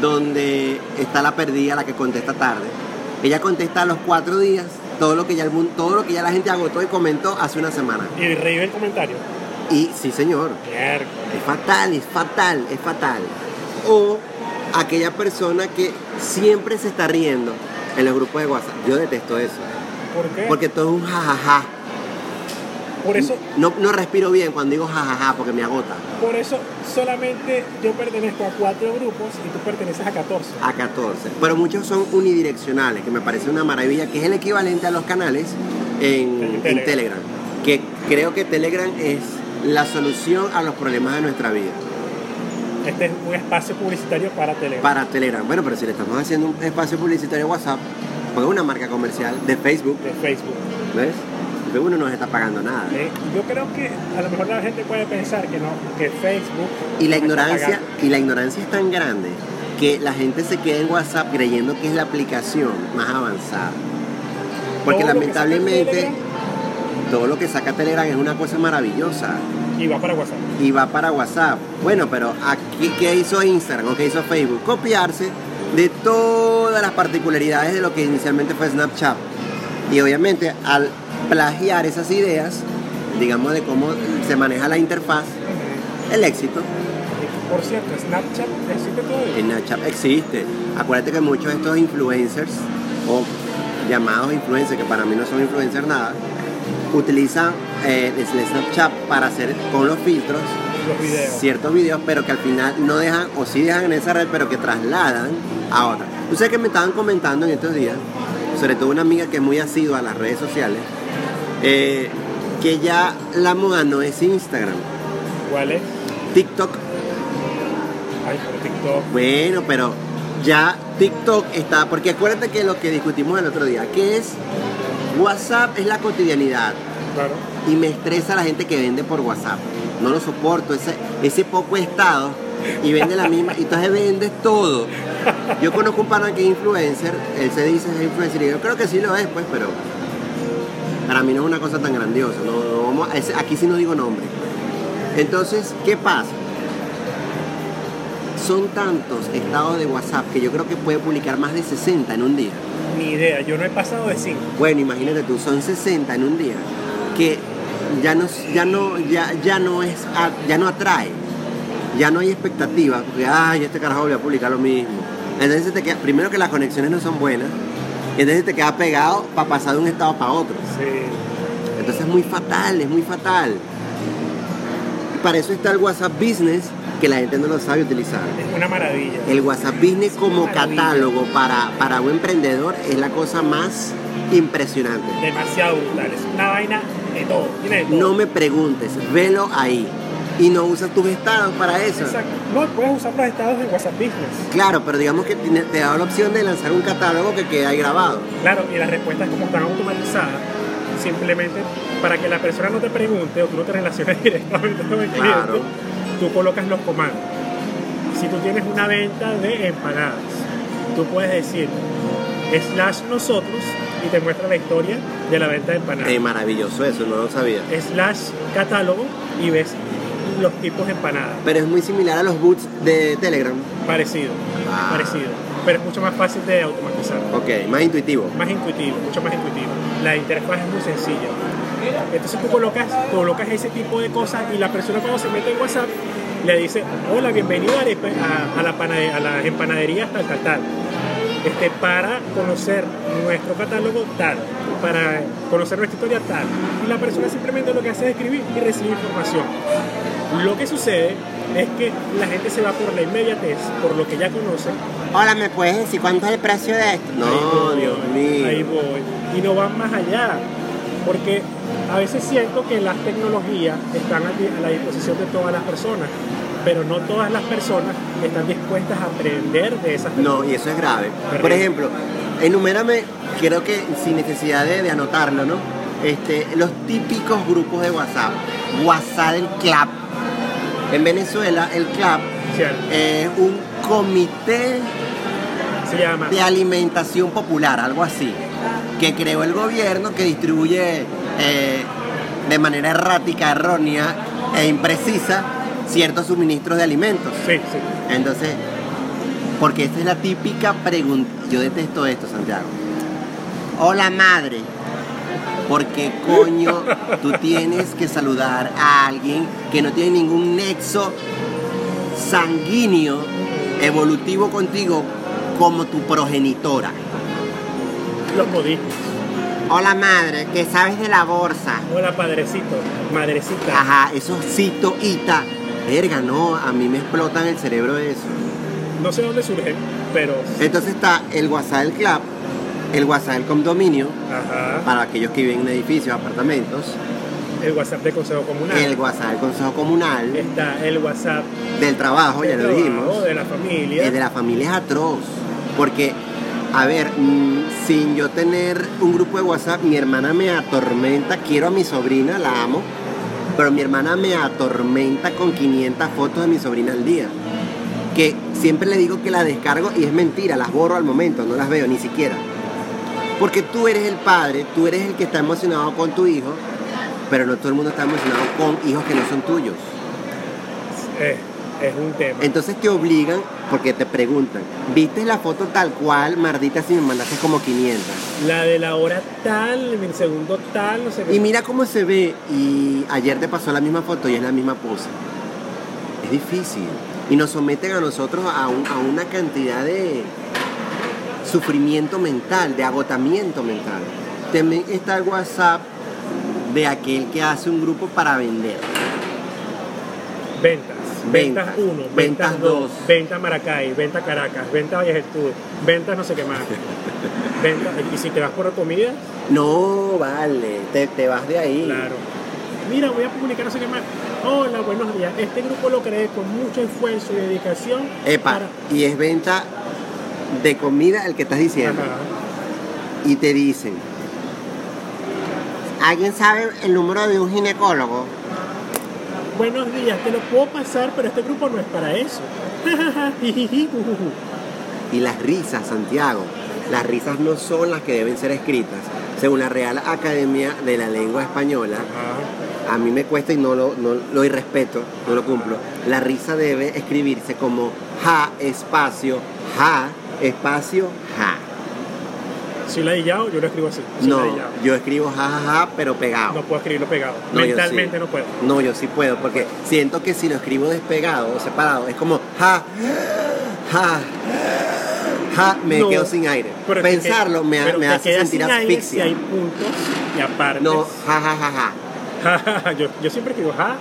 donde está la perdida, la que contesta tarde. Ella contesta a los cuatro días todo lo que ya el mundo, todo lo que ya la gente agotó y comentó hace una semana.
Y reí el comentario.
Y sí, señor,
Miércoles.
es fatal, es fatal, es fatal. O aquella persona que siempre se está riendo en los grupos de WhatsApp. Yo detesto eso,
¿Por qué?
porque todo es un jajaja.
por eso,
No, no respiro bien cuando digo jajaja porque me agota.
por eso solamente yo pertenezco a cuatro grupos y tú perteneces a 14.
a 14. Pero muchos son unidireccionales, que me parece una maravilla, que es el equivalente a los canales en,
En Telegram.
en Telegram. Que creo que Telegram es la solución a los problemas de nuestra vida.
Este es un espacio publicitario para Telegram.
Para Telegram. Bueno, pero si le estamos haciendo un espacio publicitario a WhatsApp, porque es una marca comercial de Facebook,
de Facebook.
¿ves? Pero uno no nos está pagando nada.
¿eh? Yo creo que a lo mejor la gente puede pensar que no, que Facebook.
Y la
está
ignorancia,
pagando.
y la ignorancia es tan grande que la gente se queda en WhatsApp creyendo que es la aplicación más avanzada. Porque
Todo lo que saca en
lamentablemente
Telegram,
todo lo que saca Telegram es una cosa maravillosa
Y va para WhatsApp.
y va para WhatsApp. Bueno, pero aquí, ¿qué hizo Instagram o qué hizo Facebook? Copiarse de todas las particularidades de lo que inicialmente fue Snapchat. Y obviamente al plagiar esas ideas, digamos, de cómo se maneja la interfaz, el éxito
Por cierto, Snapchat existe todavía.
en Snapchat existe. Acuérdate que muchos de estos influencers, o llamados influencers, que para mí no son influencers nada, utilizan eh, el Snapchat para hacer con los filtros
Los videos.
ciertos videos, pero que al final no dejan, o sí dejan en esa red, pero que trasladan a otra. Tú sabes que me estaban comentando en estos días, sobre todo una amiga que es muy asidua a las redes sociales, eh, que ya la moda no es Instagram,
¿Cuál es?
TikTok
Ay, por TikTok.
Bueno, pero ya TikTok está, porque acuérdate que lo que discutimos el otro día, que es WhatsApp es la cotidianidad
Claro.
y me estresa la gente que vende por WhatsApp. No lo soporto, ese, ese poco estado y vende la misma, y entonces vendes todo. Yo conozco un pana que es influencer, él se dice es influencer y yo creo que sí lo es, pues, pero para mí no es una cosa tan grandiosa. No, no vamos a- ese- aquí sí no digo nombre. Entonces, ¿qué pasa? Son tantos estados de WhatsApp que yo creo que puede publicar más de 60 en un día.
Ni idea. Yo no he pasado de 5.
Bueno, imagínate tú, son 60 en un día que ya no, ya no, ya, ya no es, a- ya no atrae, ya no hay expectativa, porque ay, este carajo voy a publicar lo mismo. Entonces te queda, primero que las conexiones no son buenas, y entonces te queda pegado para pasar de un estado para otro.
Sí.
Entonces es muy fatal, es muy fatal. Y para eso está el WhatsApp Business, que la gente no lo sabe utilizar.
Es una maravilla.
El WhatsApp Business como catálogo para, para un emprendedor es la cosa más impresionante.
Demasiado brutal. Es una vaina de todo. Tiene de todo.
No me preguntes, velo ahí. Y no usas tus estados para eso.
Exacto. No, puedes usar los estados de WhatsApp Business.
Claro, pero digamos que tiene- te da la opción de lanzar un catálogo que quede ahí grabado.
Claro, y las respuestas como están automatizadas, simplemente para que la persona no te pregunte o tú no te relaciones directamente con el cliente,
Claro.
tú colocas los comandos. Si tú tienes una venta de empanadas, tú puedes decir slash nosotros y te muestra la historia de la venta de empanadas.
Qué maravilloso eso, no lo sabía.
slash catálogo y ves los tipos de empanadas.
Pero es muy similar a los boots de Telegram.
Parecido,
Ah.
parecido. Pero es mucho más fácil de automatizar.
Ok, más intuitivo.
más intuitivo, mucho más intuitivo. La interfaz es muy sencilla. Entonces tú colocas, colocas ese tipo de cosas y la persona cuando se mete en WhatsApp le dice, hola, bienvenido a, arepa- a- a la, panade- a la empanadería tal, tal, tal. Este, para conocer nuestro catálogo tal, para conocer nuestra historia tal. Y la persona simplemente lo que hace es escribir y recibir información. Lo que sucede es que la gente se va por la inmediatez, por lo que ya conoce,
Hola, ¿me puedes decir cuánto es el precio de esto? No,
Ahí
Dios
voy, Ahí
mío.
voy. Y no van más allá. Porque a veces siento que las tecnologías están a di- a la disposición de todas las personas, pero no todas las personas están dispuestas a aprender de esas
No, y eso es grave. Por ejemplo, enumérame, creo que sin necesidad de, de anotarlo, ¿no? Este, los típicos grupos de WhatsApp. WhatsApp el CLAP. En Venezuela, el CLAP
tecnologías.
es Eh, un comité
Se llama.
de alimentación popular, algo así, que creó el gobierno que distribuye eh, de manera errática, errónea e imprecisa ciertos suministros de alimentos.
Sí, sí.
Entonces, porque esta es la típica pregunta. Yo detesto esto, Santiago. Hola madre. Porque coño, tú tienes que saludar a alguien que no tiene ningún nexo sanguíneo evolutivo contigo como tu progenitora.
Los modismos.
Hola madre, ¿qué sabes de la bolsa?
Hola, padrecito, madrecita.
Ajá, esos cito ita. Verga, no, a mí me explotan el cerebro de eso.
No sé dónde surge, pero.
Entonces está el WhatsApp del club, el WhatsApp del condominio,
Ajá.
para aquellos que viven en edificios, apartamentos,
El WhatsApp del Consejo Comunal.
el WhatsApp del Consejo Comunal,
Está el WhatsApp
del trabajo, ya
del
lo
trabajo,
dijimos,
de la familia.
el de la familia es atroz, porque, a ver, mm, sin yo tener un grupo de WhatsApp, mi hermana me atormenta, quiero a mi sobrina, la amo, pero mi hermana me atormenta con 500 fotos de mi sobrina al día, que siempre le digo que la descargo y es mentira, las borro al momento, no las veo ni siquiera. Porque tú eres el padre, tú eres el que está emocionado con tu hijo pero no todo el mundo está emocionado con hijos que no son tuyos.
Es, Eh, es un tema.
Entonces te obligan porque te preguntan, ¿viste la foto tal cual, mardita, si me mandaste como 500?
La de la hora tal, el segundo tal, no sé qué.
Y mira cómo se ve, y ayer te pasó la misma foto y es la misma pose. Es difícil. Y nos someten a nosotros a, un- a una cantidad de sufrimiento mental, de agotamiento mental. También está el WhatsApp de aquel que hace un grupo para vender.
Ventas.
Ventas.
Ventas 1,
Ventas
ventas 2,
dos.
ventas Maracay, ventas Caracas, ventas Vallejetú, ventas no sé qué más. ventas, y si te vas por comida,
No, vale, te, te vas de ahí.
Claro. Mira, voy a publicar no sé qué más. Hola, buenos días. Este grupo lo creé con mucho esfuerzo y dedicación.
Epa,
para-
y es venta de comida el que estás diciendo.
Ajá.
Y te dicen, ¿alguien sabe el número de un ginecólogo?
Buenos días, te lo puedo pasar, pero este grupo no es para eso. Ujujujú.
Y las risas, Santiago, las risas no son las que deben ser escritas. Según la Real Academia de la Lengua Española,
Ajá.
a mí me cuesta y no lo, no lo irrespeto, no lo cumplo. La risa debe escribirse como ja, espacio, ja, espacio, ja.
Si la he hillado, yo lo escribo así. Si
No,
la he hillado.
yo escribo ja, ja, ja, pero pegado.
No puedo escribirlo pegado.
Ah. No, yo
Mentalmente
sí.
no puedo.
No, yo sí puedo, porque siento que si lo escribo despegado o separado, es como ja, ja, ja, me
No,
quedo sin aire.
pero te
Pensarlo
que-
me,
pero
me
te
hace
quedas
sentir
sin aire Si
asfixia.
hay puntos y aparte.
No, ja, ja, ja, ja.
yo, yo siempre escribo ja,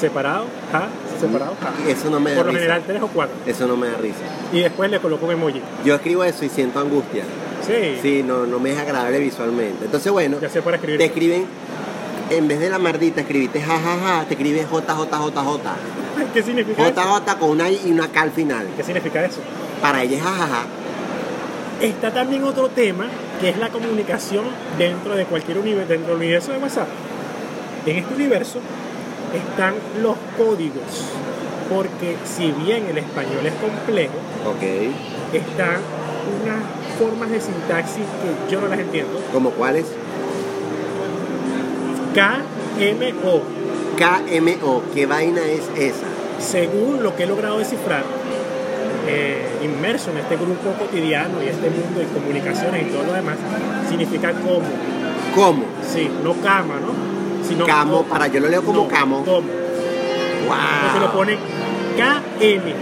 separado, ja, separado, ja.
Eso no Mm. me da
Por lo
risa.
general, tres o cuatro.
Eso no me da risa.
Y después le coloco un emoji.
Yo escribo eso y siento angustia.
Sí.
Sí, no, no me es agradable visualmente. Entonces, bueno,
Ya sé para escribir.
te escriben, en vez de la mardita, escribiste ja, ja, ja, te escribes j, j, j, j.
¿Qué significa
J,
eso?
j con una i y una k al final.
¿Qué significa eso?
Para ella es ja, ja, ja.
Está también otro tema que es la comunicación dentro de cualquier universo, dentro del universo de WhatsApp. En este universo están los códigos, porque si bien el español es complejo,
Ok.
están unas formas de sintaxis que yo no las entiendo.
¿Como cuáles?
KMO,
KMO, ¿qué vaina es esa?
según lo que he logrado descifrar, eh, inmerso en este grupo cotidiano y este mundo de comunicaciones y todo lo demás, significa como.
¿Cómo?
Sí, no cama, ¿no? Sino
Camo, para- yo lo leo como camo. Ah.
Como. Entonces lo
¡Wow!
pone KM.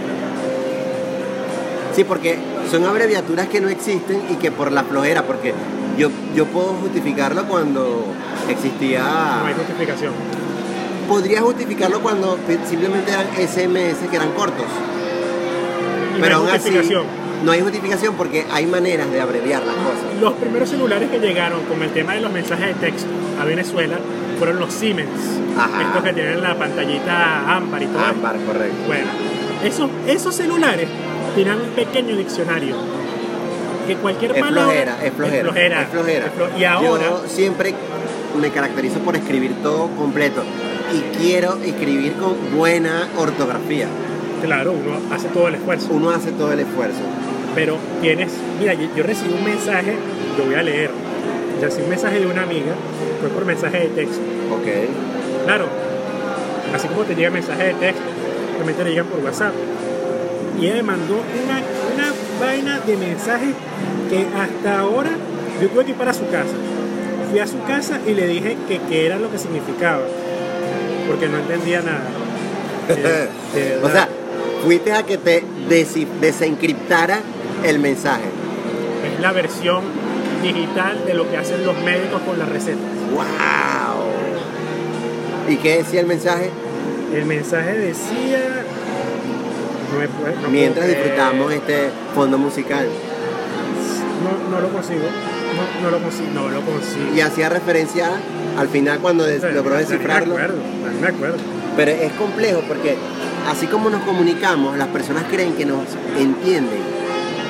Sí, porque son abreviaturas que no existen y que por la flojera, porque yo, yo puedo justificarlo cuando
No hay
existía...
justificación.
Podría justificarlo cuando simplemente eran SMS que eran cortos,
Y
pero
no
aún
hay
así
justificación.
no hay justificación porque hay maneras de abreviar las cosas.
Los primeros celulares que llegaron con el tema de los mensajes de texto a Venezuela fueron los Siemens.
Ajá.
Estos que tienen la pantallita ámbar y todo. eso.
Ámbar, correcto.
Bueno, esos, esos celulares tienen un pequeño diccionario. Que cualquier
Es
palabra-
flojera, es flojera.
Es flojera.
Es flojera.
es flo- y ahora.
Yo siempre me caracterizo por escribir todo completo. Y quiero escribir con buena ortografía.
Claro, uno hace todo el esfuerzo,
Uno hace todo el esfuerzo.
pero tienes, mira, yo, yo recibí un mensaje, lo voy a leer, yo recibí un mensaje de una amiga, fue por mensaje de texto,
Ok.
claro, así como te llega mensaje de texto, también te llegan por WhatsApp, y ella me mandó una, una vaina de mensajes que hasta ahora yo tuve que ir para su casa, fui a su casa y le dije que qué era lo que significaba, porque no entendía nada. Eh, de
o sea,
verdad.
fuiste a que te desi- desencriptara el mensaje.
es la versión digital de lo que hacen los médicos con las recetas.
¡Wow! ¿Y qué decía el mensaje?
El mensaje decía... no me puede- no
Mientras
puedo-
disfrutamos
eh,
este fondo musical.
no, no lo consigo. No, no lo consigo. No lo consigo.
Y hacía referencia al final cuando des-
O sea,
logró
ya ni
descifrarlo.
Me acuerdo, ya ni me acuerdo.
Pero es complejo porque así como nos comunicamos, las personas creen que nos entienden.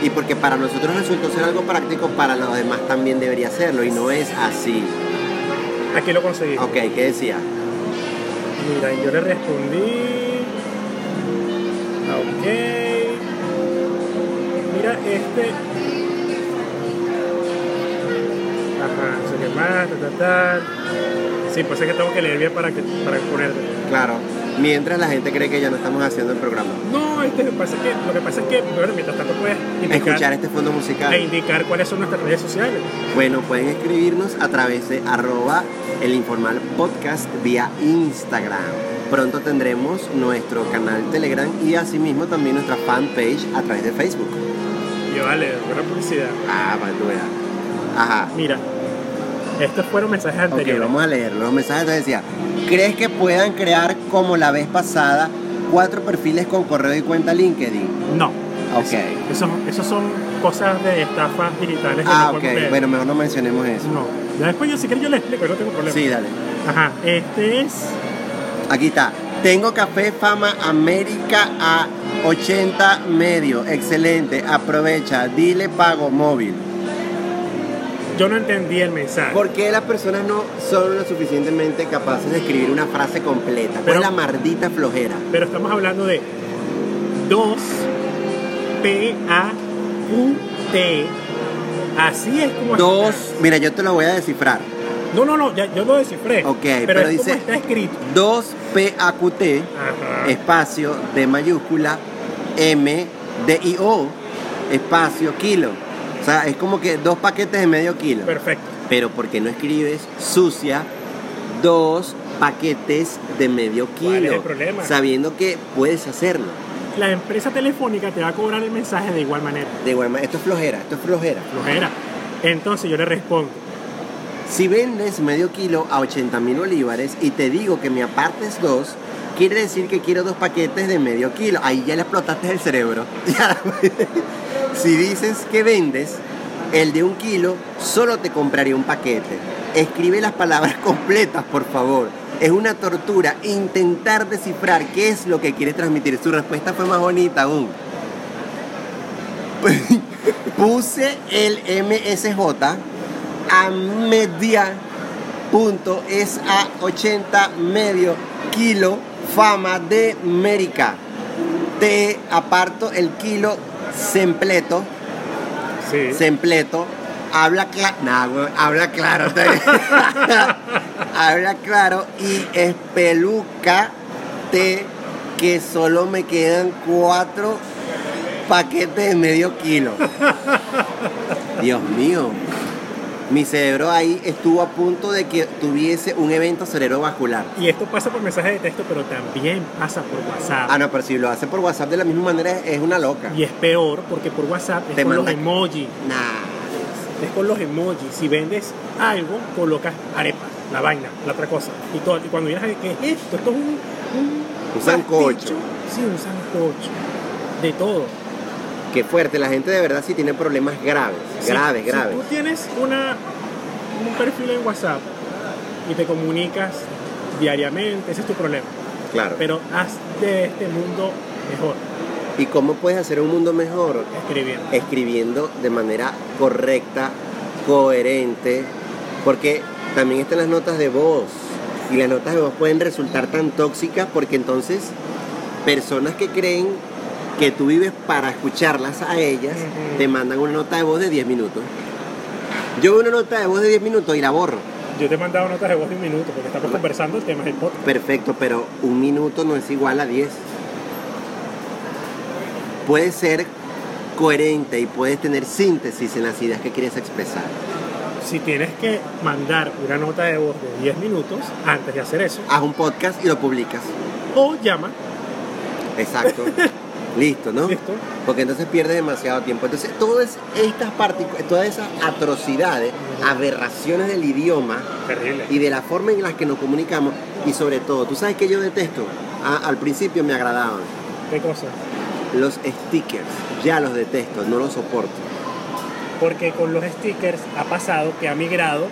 Y porque para nosotros resultó ser algo práctico, para los demás también debería serlo. Y no es así.
Aquí lo conseguí.
Ok, ¿qué decía?
Mira, y yo le respondí. ah, Ok. Mira, este. Ajá, no sé qué más, ta, ta, ta. Sí, pues es que tengo que leer bien para, que, para ponerte.
Claro. Mientras la gente cree que ya no estamos haciendo el programa.
No, este, lo, que pasa es que, lo que pasa es que, bueno, mientras tanto puedes
Escuchar
indicar,
este fondo musical.
e indicar cuáles son nuestras redes sociales.
Bueno, pueden escribirnos a través de arroba el informal podcast vía Instagram. Pronto tendremos nuestro canal Telegram y asimismo también nuestra fanpage a través de Facebook.
Y vale, buena publicidad.
Ah, para que tú veas. Ajá.
Mira, estos fueron mensajes
Ok,
anteriores.
vamos a leer. Los mensajes te decía, ¿crees que puedan crear como la vez pasada cuatro perfiles con correo y cuenta LinkedIn?
No,
Ok.
esos esos son cosas de estafas digitales que
Ah,
no
ok.
podemos leer.
Bueno, mejor no mencionemos eso.
No, ya después yo si quieres yo le explico, no tengo problema.
Sí, dale.
Ajá, este es...
Aquí está. Tengo café fama América a 80 medio. Excelente. Aprovecha. Dile pago móvil.
Yo no entendí el mensaje.
¿Por qué las personas no son lo suficientemente capaces de escribir una frase completa? ¿Cuál
Pero-
es la mardita flojera?
Pero estamos hablando de 2 P A U T. Así es como
Dos.
está.
Mira, yo te lo voy a descifrar.
No, no, no, ya, yo lo descifré.
Ok,
pero,
pero
es como
dice-
está escrito.
2 PAQT,
Ajá.
espacio de mayúscula, M de IO, espacio kilo. O sea, es como que dos paquetes de medio kilo.
Eh, Perfecto.
Pero ¿por qué no escribes sucia dos paquetes de medio kilo?
¿Cuál es el problema?
Sabiendo que puedes hacerlo.
La empresa telefónica te va a cobrar el mensaje de igual manera.
De igual manera, esto es flojera, esto es flojera.
Flojera. Entonces yo le respondo.
Si vendes medio kilo a 80 mil bolívares y te digo que me apartes dos, quiere decir que quiero dos paquetes de medio kilo. Ahí ya le explotaste el cerebro. Ya. si dices que vendes el de un kilo, solo te compraré un paquete. Escribe las palabras completas, por favor. Es una tortura intentar descifrar qué es lo que quiere transmitir. Su respuesta fue más bonita aún. Puse el MSJ a media punto es a 80 medio kilo fama de América. Te aparto el kilo sempleto,
Sí.
sempleto. Habla claro, habla claro, habla claro y espeluca te que solo me quedan cuatro paquetes de medio kilo. Dios mío. Mi cerebro ahí estuvo a punto de que tuviese un evento cerebrovascular.
Y esto pasa por mensaje de texto, pero también pasa por WhatsApp.
Ah, no, pero si lo hace por WhatsApp de la misma manera es una loca.
Y es peor porque por WhatsApp es
Te
con los
manda-
emojis.
Nah.
es con los emojis. Si vendes algo, colocas arepa, la vaina, la otra cosa. Y, todo, y cuando vienes a ver qué es esto, esto es un, un,
Un sancocho.
pasticho. Sí, un sancocho. De todo.
Qué fuerte, la gente de verdad sí tiene problemas graves,
Si-
graves,
si
graves.
tú tienes una, un perfil en WhatsApp y te comunicas diariamente, ese es tu problema.
Claro.
Pero haz de este mundo mejor,
¿Y cómo puedes hacer un mundo mejor?
escribiendo.
Escribiendo de manera correcta, coherente, porque también están las notas de voz. Y las notas de voz pueden resultar tan tóxicas porque entonces personas que creen que tú vives para escucharlas a ellas
Ujú.
te mandan una nota de voz de 10 minutos. Yo veo una nota de voz de 10 minutos y la borro.
Yo te he mandado notas de voz de un minuto porque estamos conversando el tema del podcast.
Perfecto, pero un minuto no es igual a 10. Puedes ser coherente y puedes tener síntesis en las ideas que quieres expresar.
Si tienes que mandar una nota de voz de 10 minutos antes de hacer eso,
Haz un podcast y lo publicas.
o llama,
Exacto. Listo, ¿no?
listo,
Porque entonces pierdes demasiado tiempo. Entonces, todas estas partic- todas esas atrocidades, aberraciones del idioma
terrible.
y de la forma en la que nos comunicamos y sobre todo, tú sabes que yo detesto, A- al principio me agradaban
¿Qué cosa?
los stickers, ya los detesto, no los soporto.
Porque con los stickers ha pasado que ha migrado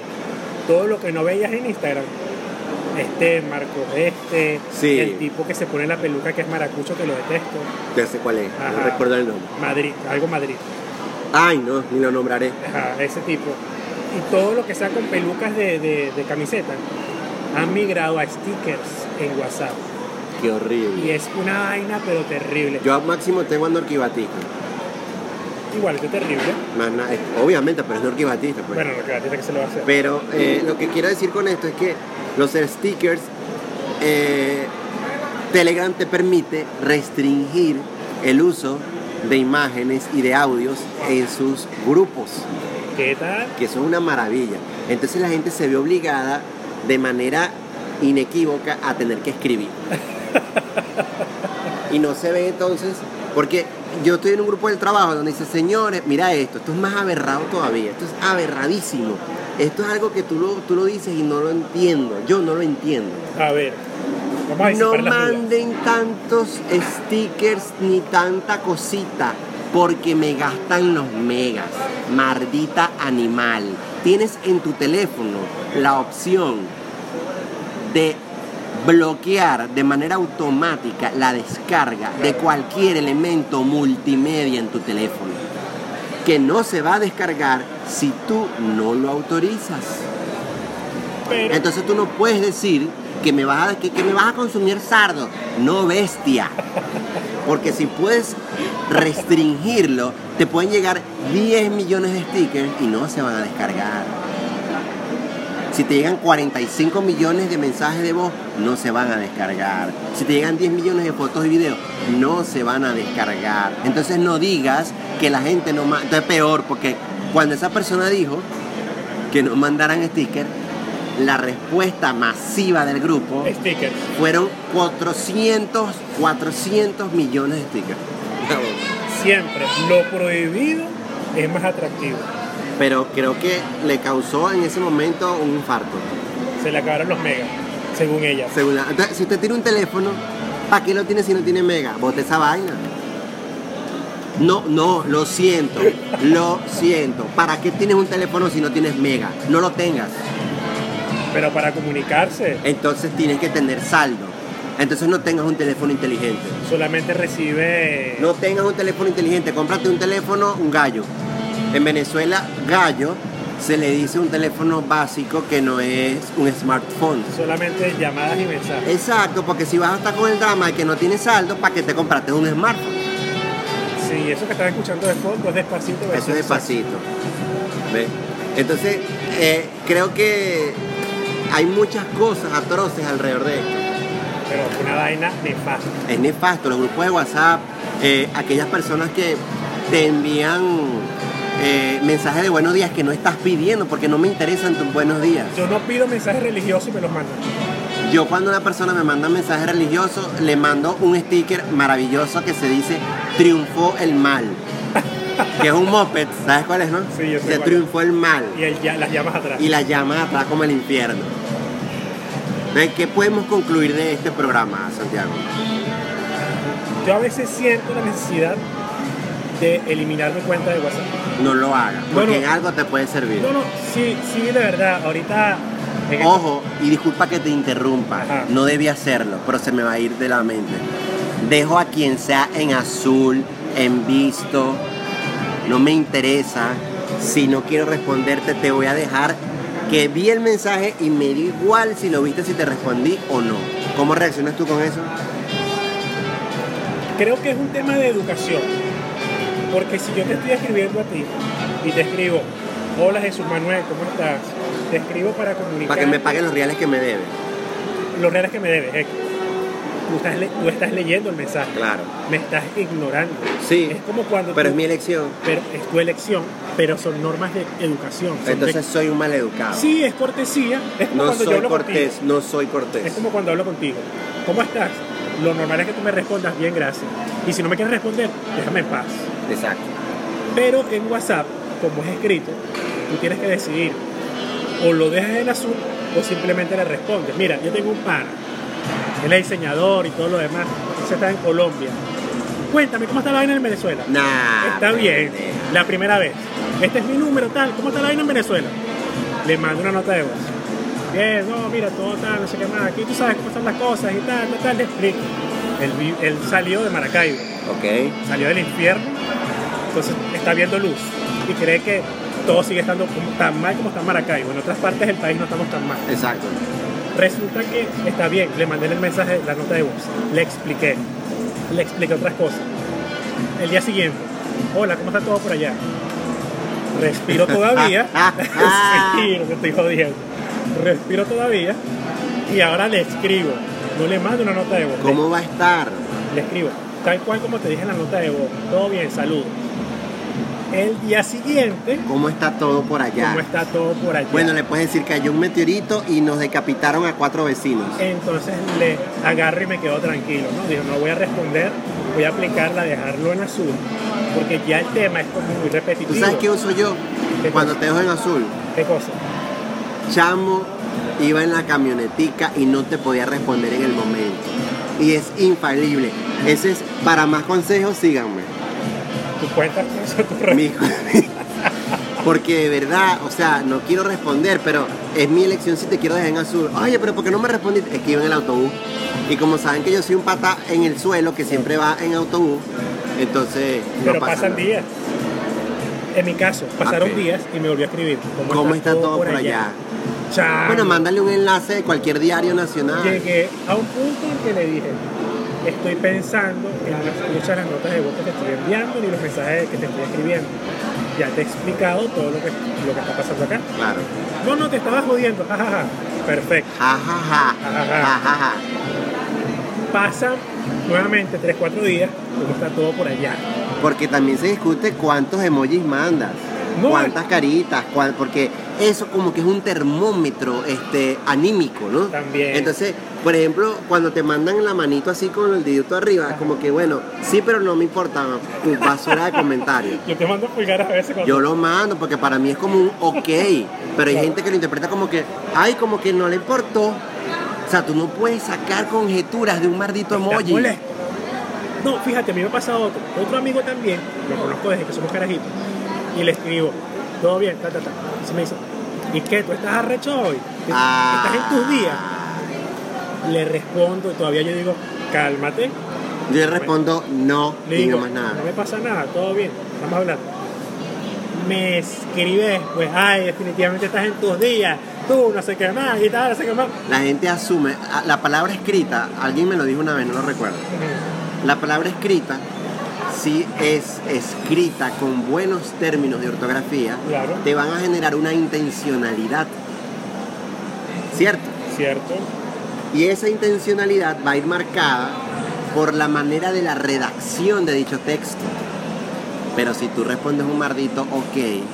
todo lo que no veías en Instagram. Este Marco, este,
Sí.
el tipo que se pone la peluca que es maracucho, que lo detesto.
Ya sé cuál es, no
Ajá.
recuerdo el nombre.
Madrid, algo Madrid.
Ay, no, ni lo nombraré.
Ajá, ese tipo. Y todo lo que sea con pelucas de, de, de camiseta han migrado a stickers en WhatsApp.
Qué
Y
horrible.
es una vaina, pero terrible.
Yo a máximo tengo a Norquibatismo.
igual de terrible.
Más nada, es- obviamente, pero es Norky Batista. Pues.
Bueno, lo que tiene que se lo va a hacer.
Pero eh, lo que quiero decir con esto es que los stickers, eh, Telegram te permite restringir el uso de imágenes y de audios en sus grupos,
¿Qué tal?
que eso es una maravilla. Entonces la gente se ve obligada de manera inequívoca a tener que escribir. y no se ve entonces, porque yo estoy en un grupo del trabajo donde dice, señores, mira esto, esto es más aberrado todavía, esto es aberradísimo. Esto es algo que tú lo, tú lo dices y no lo entiendo, yo no lo entiendo.
A ver, vamos a
No
disipar las dudas.
manden tantos stickers ni tanta cosita, porque me gastan los megas. Mardita animal. Tienes en tu teléfono la opción de bloquear de manera automática la descarga de cualquier elemento multimedia en tu teléfono, que no se va a descargar si tú no lo autorizas.
Pero,
Entonces tú no puedes decir que me vas a, que, que me vas a consumir sardo, no bestia. Porque si puedes restringirlo, te pueden llegar 10 millones de stickers y no se van a descargar. Si te llegan 45 millones de mensajes de voz, no se van a descargar. Si te llegan 10 millones de fotos y videos, no se van a descargar. Entonces no digas que la gente no manda. Entonces peor, porque cuando esa persona dijo que no mandaran stickers, la respuesta masiva del grupo
stickers.
fueron 400, 400 millones de stickers.
Siempre lo prohibido es más atractivo.
Pero creo que le causó en ese momento un infarto.
Se le acabaron los megas, según ella.
Según la- entonces, si usted tiene un teléfono, ¿para qué lo tiene si no tiene mega? Bote esa vaina. No, no, lo siento, lo siento. ¿Para qué tienes un teléfono si no tienes mega? No lo tengas.
Pero para comunicarse,
Entonces tienes que tener saldo. Entonces no tengas un teléfono inteligente.
solamente recibe.
No tengas un teléfono inteligente, cómprate un teléfono, un gallo. En Venezuela, gallo se le dice un teléfono básico que no es un smartphone.
Solamente llamadas y mensajes.
Exacto, porque si vas a estar con el drama de que no tienes saldo, ¿para que te compraste un smartphone?
Sí, eso que están escuchando de fondo es despacito.
Eso es despacito. ¿Ves? Entonces, eh, creo que hay muchas cosas atroces alrededor de esto.
Pero una vaina nefasta.
es nefasto. Los grupos de WhatsApp, eh, aquellas personas que te envían eh, mensajes de buenos días que no estás pidiendo porque no me interesan tus buenos días.
Yo no pido mensajes religiosos y me los mandan.
Yo cuando una persona me manda un mensaje religioso, le mando un sticker maravilloso que se dice triunfó el mal. que es un moped, ¿sabes cuál es, no?
Sí, yo sé
Se
cuál.
triunfó el mal.
Y el, ya- las llamas atrás.
Y la llama atrás como el infierno. Entonces, ¿Qué podemos concluir de este programa, Santiago?
Yo a veces siento la necesidad de eliminar mi cuenta de WhatsApp.
No lo hagas, porque
Bueno.
en algo te puede servir.
No, no, sí, sí, de verdad. Ahorita. en-
Ojo, y disculpa que te interrumpa,
Ajá.
no debí hacerlo, pero se me va a ir de la mente. Dejo a quien sea en azul, en visto, no me interesa. Si no quiero responderte, te voy a dejar que vi el mensaje y me da igual si lo viste, si te respondí o no. ¿Cómo reaccionas tú con eso?
Creo que es un tema de educación. Porque si yo te estoy escribiendo a ti y te escribo, hola Jesús Manuel, ¿cómo estás? Te escribo para comunicar
Para que me paguen los reales que me debes.
los reales que me debes. eh. Tú, estás le- tú estás leyendo el mensaje.
Claro.
Me estás ignorando.
Sí,
Es como cuando
Pero
tú-
es mi elección.
pero es tu elección, pero son normas de educación. son de-
Entonces soy un maleducado.
sí, es cortesía. Es como
No
cuando yo
soy
hablo contigo.
cortés, no soy
Es
cortés.
como cuando hablo contigo. ¿Cómo estás? Lo normal es que tú me respondas bien, gracias. Y si no me quieres responder, déjame en paz.
Exacto.
Pero en WhatsApp, como es escrito, tú tienes que decidir o lo dejas en azul o simplemente le respondes. Mira, yo tengo un pana, él es diseñador y todo lo demás, se está en Colombia. Cuéntame, ¿cómo está la vaina en Venezuela?
Nah.
Está bien,
pendejo.
la primera vez. Este es mi número, tal. ¿Cómo está la vaina en Venezuela? Le mando una nota de voz. Bien, no, mira, todo tal, no sé qué más. Aquí tú sabes cómo están las cosas y tal, tal, tal. Le explico. Él, vi- él salió de Maracaibo,
Ok.
salió del infierno, entonces está viendo luz y cree que todo sigue estando como- tan mal como está en Maracaibo. En otras partes del país no estamos tan mal.
Exacto.
Resulta que está bien, le mandé el mensaje, la nota de voz, le expliqué, le expliqué otras cosas. El día siguiente, hola, ¿cómo está todo por allá? Respiro todavía. sí, me estoy jodiendo. Respiro todavía. Y ahora le escribo. No le mando una nota de voz. le-
¿Cómo va a estar?
Le escribo. Tal cual como te dije en la nota de voz. Todo bien, saludos. El día siguiente,
¿Cómo está todo por allá?
¿cómo está todo por allá?
Bueno, le puedes decir que cayó un meteorito y nos decapitaron a cuatro vecinos.
Eh, Entonces le agarro y me quedo tranquilo, ¿no? Digo, no voy a responder, voy a aplicarla, dejarlo en azul, porque ya el tema es como muy repetitivo.
¿Tú sabes qué uso yo?
¿Qué
Cuando
cosa?
te dejo en azul.
¿Qué cosa?
Chamo iba en la camionetica y no te podía responder en el momento. Y es infalible. Ese es, para más consejos, síganme.
Tú cuentas con eso, tú re-
Mi- Porque de verdad, o sea, no quiero responder, pero es mi elección si te quiero dejar en azul. Oye, pero ¿por qué no me respondiste? Es que iba en el autobús. Y como saben que yo soy un pata en el suelo, que siempre va en autobús, entonces no
Pero
pasa
pasan
nada.
días. En mi caso, pasaron
Ok.
días y me volvió a escribir.
¿Cómo está todo por allá?
Chao.
Bueno, mándale un enlace de cualquier diario nacional.
Ah, Llegué a un punto en que le dije, estoy pensando en no escuchar las notas de voz que te estoy enviando ni los mensajes que te estoy escribiendo. Ya te he explicado todo lo que, lo que está pasando acá.
Claro.
No, no, te estabas jodiendo. Jajaja. Perfecto.
Ja, ja, ja.
Ja, ja,
Ja,
ja.
ja, ja.
Pasan nuevamente 3, 4 días, cómo está todo por allá.
Porque también se discute cuántos emojis mandas,
No,
cuántas caritas, cuán- porque eso como que es un termómetro este, anímico, ¿no?
También.
Entonces, por ejemplo, cuando te mandan la manito así con el dedito arriba, es como que bueno, sí, pero no me importa tu basura de comentarios.
Yo te mando pulgares a veces cuando...
Yo lo mando porque para mí es como un ok, pero hay gente que lo interpreta como que, ay, como que no le importó. O sea, tú no puedes sacar conjeturas de un maldito
Está
emoji.
molesto. No, fíjate, a mí me ha pasado otro. Otro amigo también, lo conozco desde que somos carajitos, y le escribo, todo bien, ta, ta, ta. Y se me dice, ¿y qué? ¿Tú estás arrecho hoy? ¿Te-
Ah.
¿Estás en tus días? Le respondo, y todavía yo digo, cálmate.
Yo le respondo no
Le
y no
digo,
más nada.
no me pasa nada, todo bien, vamos a hablar. Me escribe después, ay, definitivamente estás en tus días, tú no sé qué más, y tal, no sé qué más.
La gente asume, a- la palabra escrita, alguien me lo dijo una vez, no lo recuerdo.
Mm,
La palabra escrita, si es escrita con buenos términos de ortografía,
Claro.
te van a generar una intencionalidad. ¿Cierto?
¿Cierto?
Y esa intencionalidad va a ir marcada por la manera de la redacción de dicho texto. Pero si tú respondes un mardito ok,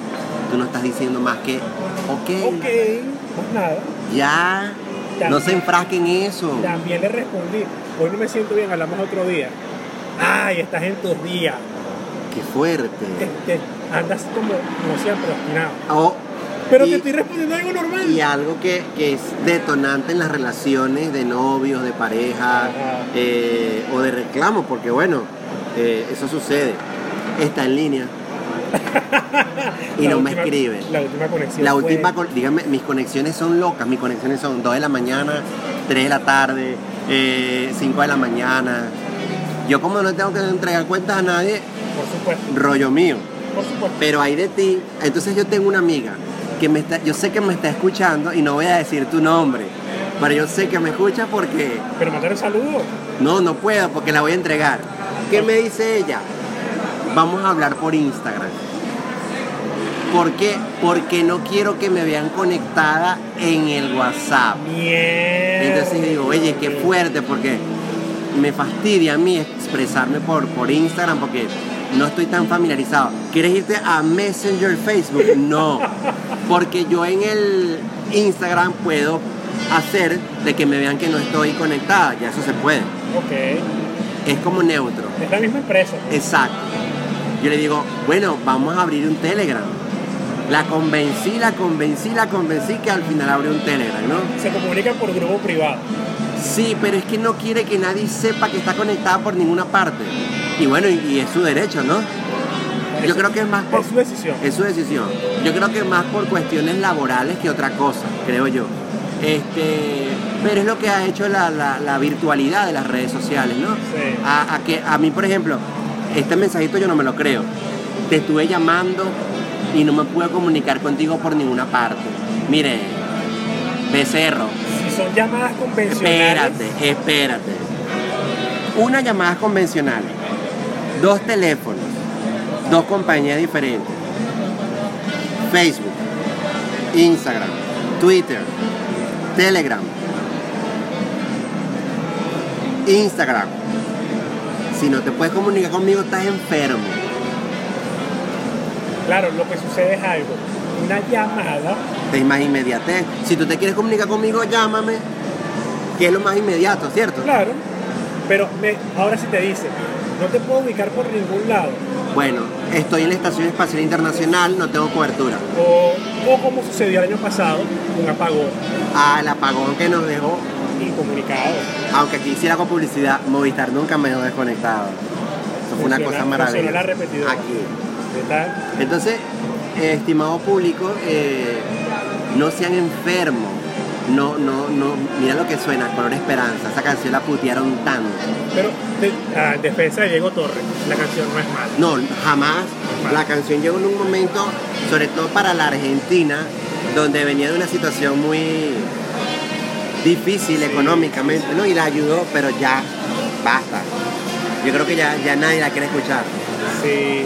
tú no estás diciendo más que ok,
Ok, pues nada.
ya, no se enfrasquen en eso.
También le respondí, hoy no me siento bien, hablamos otro día. Ay, estás en tus días.
Qué fuerte.
Este, andas como, como siempre, obstinado.
O-
Pero
Oh, y,
te estoy respondiendo algo normal.
y algo que, que es detonante en las relaciones de novios, de pareja
Ajá.
eh, o de reclamo, porque bueno, eh, eso sucede. Está en línea. y
La
no me
última-
escribe.
La última conexión.
La
fue-
última, con- dígame, mis conexiones son locas. Mis conexiones son 2 de la mañana, 3 de la tarde, eh, 5 de la mañana. Yo como no tengo que entregar cuentas a nadie,
Por supuesto,
rollo mío.
por supuesto.
pero hay de ti. Entonces yo tengo una amiga que me está, yo sé que me está escuchando y no voy a decir tu nombre, pero yo sé que me escucha porque
Pero mandar un saludo.
no, no puedo porque la voy a entregar. ¿Qué me dice ella? Vamos a hablar por Instagram. ¿Por qué? Porque no quiero que me vean conectada en el WhatsApp.
Bien.
Entonces yo digo, oye, qué fuerte, porque me fastidia a mí expresarme por, por Instagram porque no estoy tan familiarizado. ¿Quieres irte a Messenger Facebook? No, porque yo en el Instagram puedo hacer de que me vean que no estoy conectada, ya eso se puede.
Ok,
Es como neutro.
es la misma empresa.
Exacto. Yo le digo, bueno, vamos a abrir un Telegram. La convencí, la convencí, la convencí que al final abrió un Telegram, ¿no?
Se comunican por grupo privado.
Sí, pero es que no quiere que nadie sepa que está conectada por ninguna parte. Y bueno, y, y es su derecho, ¿no? Yo
Eso-
creo que es más por...
Es su decisión.
Es su decisión. Yo creo que es más por cuestiones laborales que otra cosa, creo yo. Este, pero es lo que ha hecho la, la- la virtualidad de las redes sociales, ¿no?
Sí.
A, a que, a mí, por ejemplo, este mensajito yo no me lo creo. Te estuve llamando y no me pude comunicar contigo por ninguna parte. Mire, becerro,
Si son llamadas convencionales.
Espérate, espérate. Una llamada convencional, dos teléfonos, dos compañías diferentes. Facebook, Instagram, Twitter, Telegram, Instagram. Si no te puedes comunicar conmigo, estás enfermo.
Claro, lo que sucede es algo. Una llamada,
Es más inmediatez. Si tú te quieres comunicar conmigo, llámame. Que es lo más inmediato, ¿cierto?
claro, pero me- ahora sí te dice, no te puedo ubicar por ningún lado.
Bueno, estoy en la Estación Espacial Internacional, no tengo cobertura.
O, o como sucedió el año pasado, un apagón
Al apagón que nos dejó,
incomunicado.
aunque aquí hiciera con publicidad, Movistar nunca me dejó desconectado. Eso fue
Funcionó-
una cosa
funcionó
maravillosa.
la repetidora.
Aquí.
¿Qué tal?
Entonces, eh, estimado público, eh, no sean enfermos. No, no, no. Mira lo que suena, Color Esperanza. Esa canción la putearon tanto.
Pero te- ah, en defensa de Diego Torres, la canción no es mala.
No, jamás. La canción llegó en un momento, sobre todo para la Argentina, donde venía de una situación muy difícil económicamente, ¿no? Y la ayudó, pero ya, basta. Yo creo que ya, ya nadie la quiere escuchar.
Sí,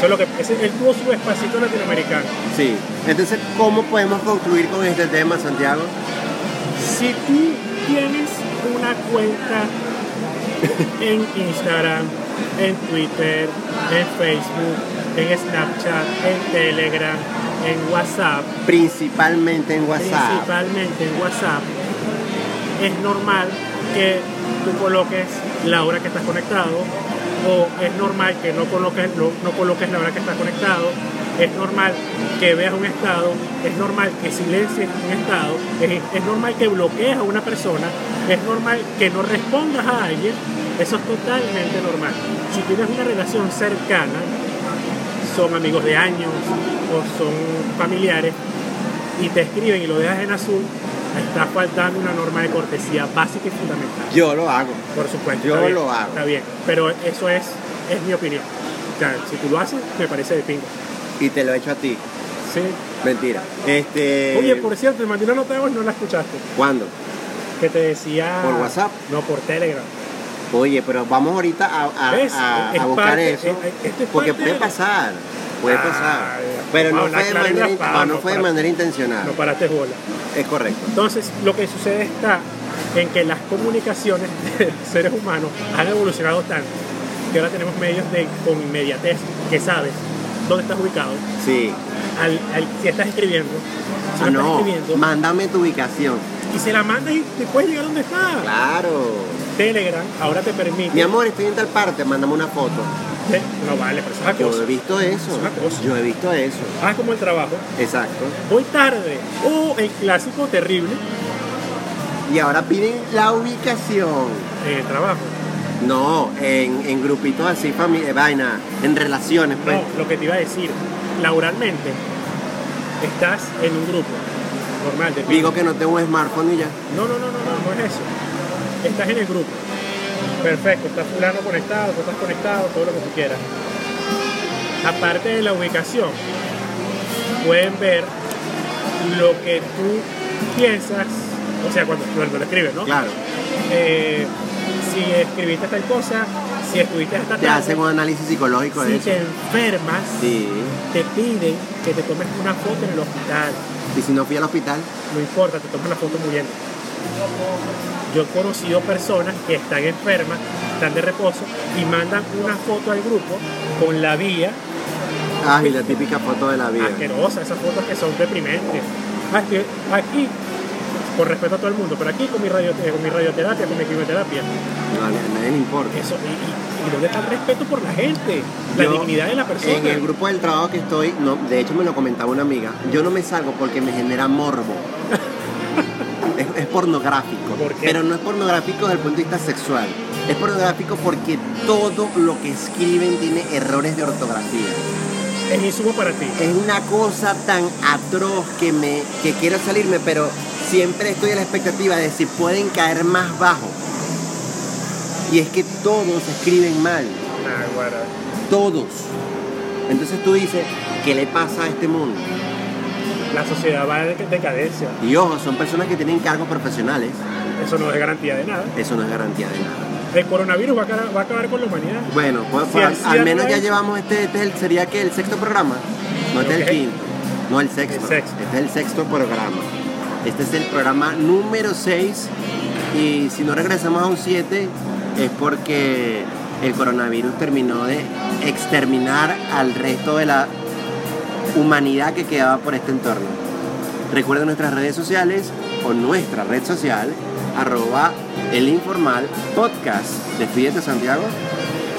solo que ese- él tuvo su espacito latinoamericano.
Sí. Entonces, ¿cómo podemos concluir con este tema, Santiago?
Si tú tienes una cuenta en Instagram, en Twitter, en Facebook, en Snapchat, en Telegram, en WhatsApp,
Principalmente en WhatsApp.
principalmente en WhatsApp, es normal que tú coloques la hora que estás conectado o es normal que no coloques, no, no coloques la hora que estás conectado, es normal que veas un estado, es normal que silencies un estado, es, es normal que bloquees a una persona, es normal que no respondas a alguien, eso es totalmente normal. Si tienes una relación cercana, son amigos de años o son familiares, y te escriben y lo dejas en azul, está faltando una norma de cortesía básica y fundamental.
Yo lo hago.
Por supuesto.
Yo
está bien,
lo hago.
Está bien, pero eso es, es mi opinión. O sea, si tú lo haces, me parece de pingo.
Y te lo he hecho a ti.
Sí.
Mentira. Este.
Oye, por cierto, te mandé una nota de voz, no la escuchaste.
¿Cuándo?
Que te decía.
¿Por WhatsApp?
No, por Telegram.
Oye, pero vamos ahorita a, a-
¿Ves?
a- a
Es
buscar
parte-
eso.
es- es- esto es
porque
parte
puede
de-
pasar. Puede
Ah,
pasar.
ya.
Pero no
Vamos a
fue, de
aclarar
manera,
la
in-
palabra,
no fue de
para-
manera intencional.
No paraste bola.
Es correcto.
Entonces, lo que sucede está en que las comunicaciones de seres humanos han evolucionado tanto que ahora tenemos medios de con inmediatez que sabes dónde estás ubicado,
Sí.
al- al- si estás escribiendo, si no,
Ah, no.
Ah, estás escribiendo,
Mándame tu ubicación.
y se la mandas y te puedes llegar donde está.
Claro.
Telegram ahora te permite.
Mi amor, estoy en tal parte. Mándame una foto.
Te- no vale, pero eso es
Yo he
acoso.
visto eso.
Es una cosa.
Yo he visto eso.
Ah, como el trabajo.
Exacto.
Voy tarde. O el clásico terrible
Y ahora piden la ubicación.
en el eh, trabajo.
No, en, en grupitos así, fami- eh, vaina, en relaciones, pues.
No, lo que te iba a decir, laboralmente, estás en un grupo normal de
Digo que no tengo un smartphone y ya.
No, no, no, no, no, no es eso. Estás en el grupo. Perfecto, está fulano conectado, tú estás conectado, todo lo que tú quieras. Aparte de la ubicación, pueden ver lo que tú piensas, o sea, cuando, cuando lo escribes, ¿no?
Claro,
Eh, si escribiste tal cosa, si estuviste hasta
te hacen un
tarde,
análisis psicológico de
si
eso.
te enfermas,
Sí.
te piden que te tomes una foto en el hospital.
Y si no fui al hospital,
No importa, te tomas la foto muy bien. Yo he conocido personas que están enfermas, están de reposo y mandan una foto al grupo con la vía
ah, y la típica foto de la
Ah,
vida.
asquerosa, esas fotos que son deprimentes. Aquí, aquí, con respeto a todo el mundo, pero aquí con mi, radio- eh, con mi radioterapia, con mi quimioterapia,
No, a nadie le importa.
eso, y, y- y dónde está el respeto por la gente, la
Yo,
dignidad de la persona.
En el grupo del trabajo que estoy, no, de hecho me lo comentaba una amiga, yo no me salgo porque me genera morbo. es, es pornográfico.
¿Por qué?
Pero no es pornográfico desde el punto de vista sexual. Es pornográfico porque todo lo que escriben tiene errores de ortografía.
Es insumo para ti.
Es una cosa tan atroz que me que quiero salirme, pero siempre estoy a la expectativa de si pueden caer más bajo. Y es que todos escriben mal,
Nah, guarda.
todos. Entonces tú dices, ¿qué le pasa a este mundo?
La sociedad va en decadencia.
Y ojo, son personas que tienen cargos profesionales,
Eso no es garantía de nada.
eso no es garantía de nada.
El coronavirus va a acabar, va a acabar con la humanidad.
Bueno, pues,
Si
pues,
así
al menos ya
arranca-
llevamos este, este es el- sería que el sexto programa, no este es
Ok.
el quinto, no el sexto.
El sexto.
Este es el sexto programa. Este es el programa número 6 y si no regresamos a un 7 es porque el coronavirus terminó de exterminar al resto de la humanidad que quedaba por este entorno. Recuerden nuestras redes sociales o nuestra red social arroba el informal podcast. Despídete Santiago.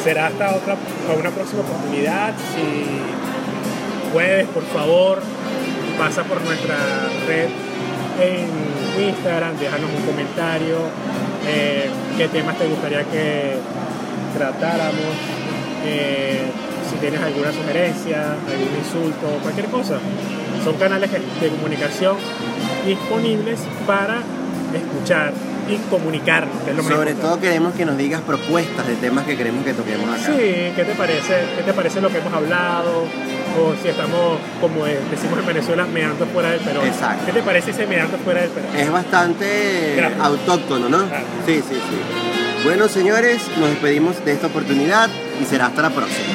Será hasta otra, a una próxima oportunidad. Si puedes, por favor, pasa por nuestra red en Instagram, déjanos un comentario, eh, qué temas te gustaría que tratáramos, eh, si tienes alguna sugerencia, algún insulto, cualquier cosa. Son canales que- de comunicación disponibles para escuchar y comunicarnos, que es lo más
Sobre
importante.
todo queremos que nos digas propuestas de temas que queremos que toquemos acá.
Sí, ¿qué te parece? ¿Qué te parece lo que hemos hablado? O si estamos, como eh, decimos en Venezuela, meando fuera del Perón.
Exacto.
¿Qué te parece ese meando fuera del Perón?
Es bastante
Gracias.
autóctono, ¿no?
Claro.
Sí, sí, sí. Bueno, señores, nos despedimos de esta oportunidad y será hasta la próxima.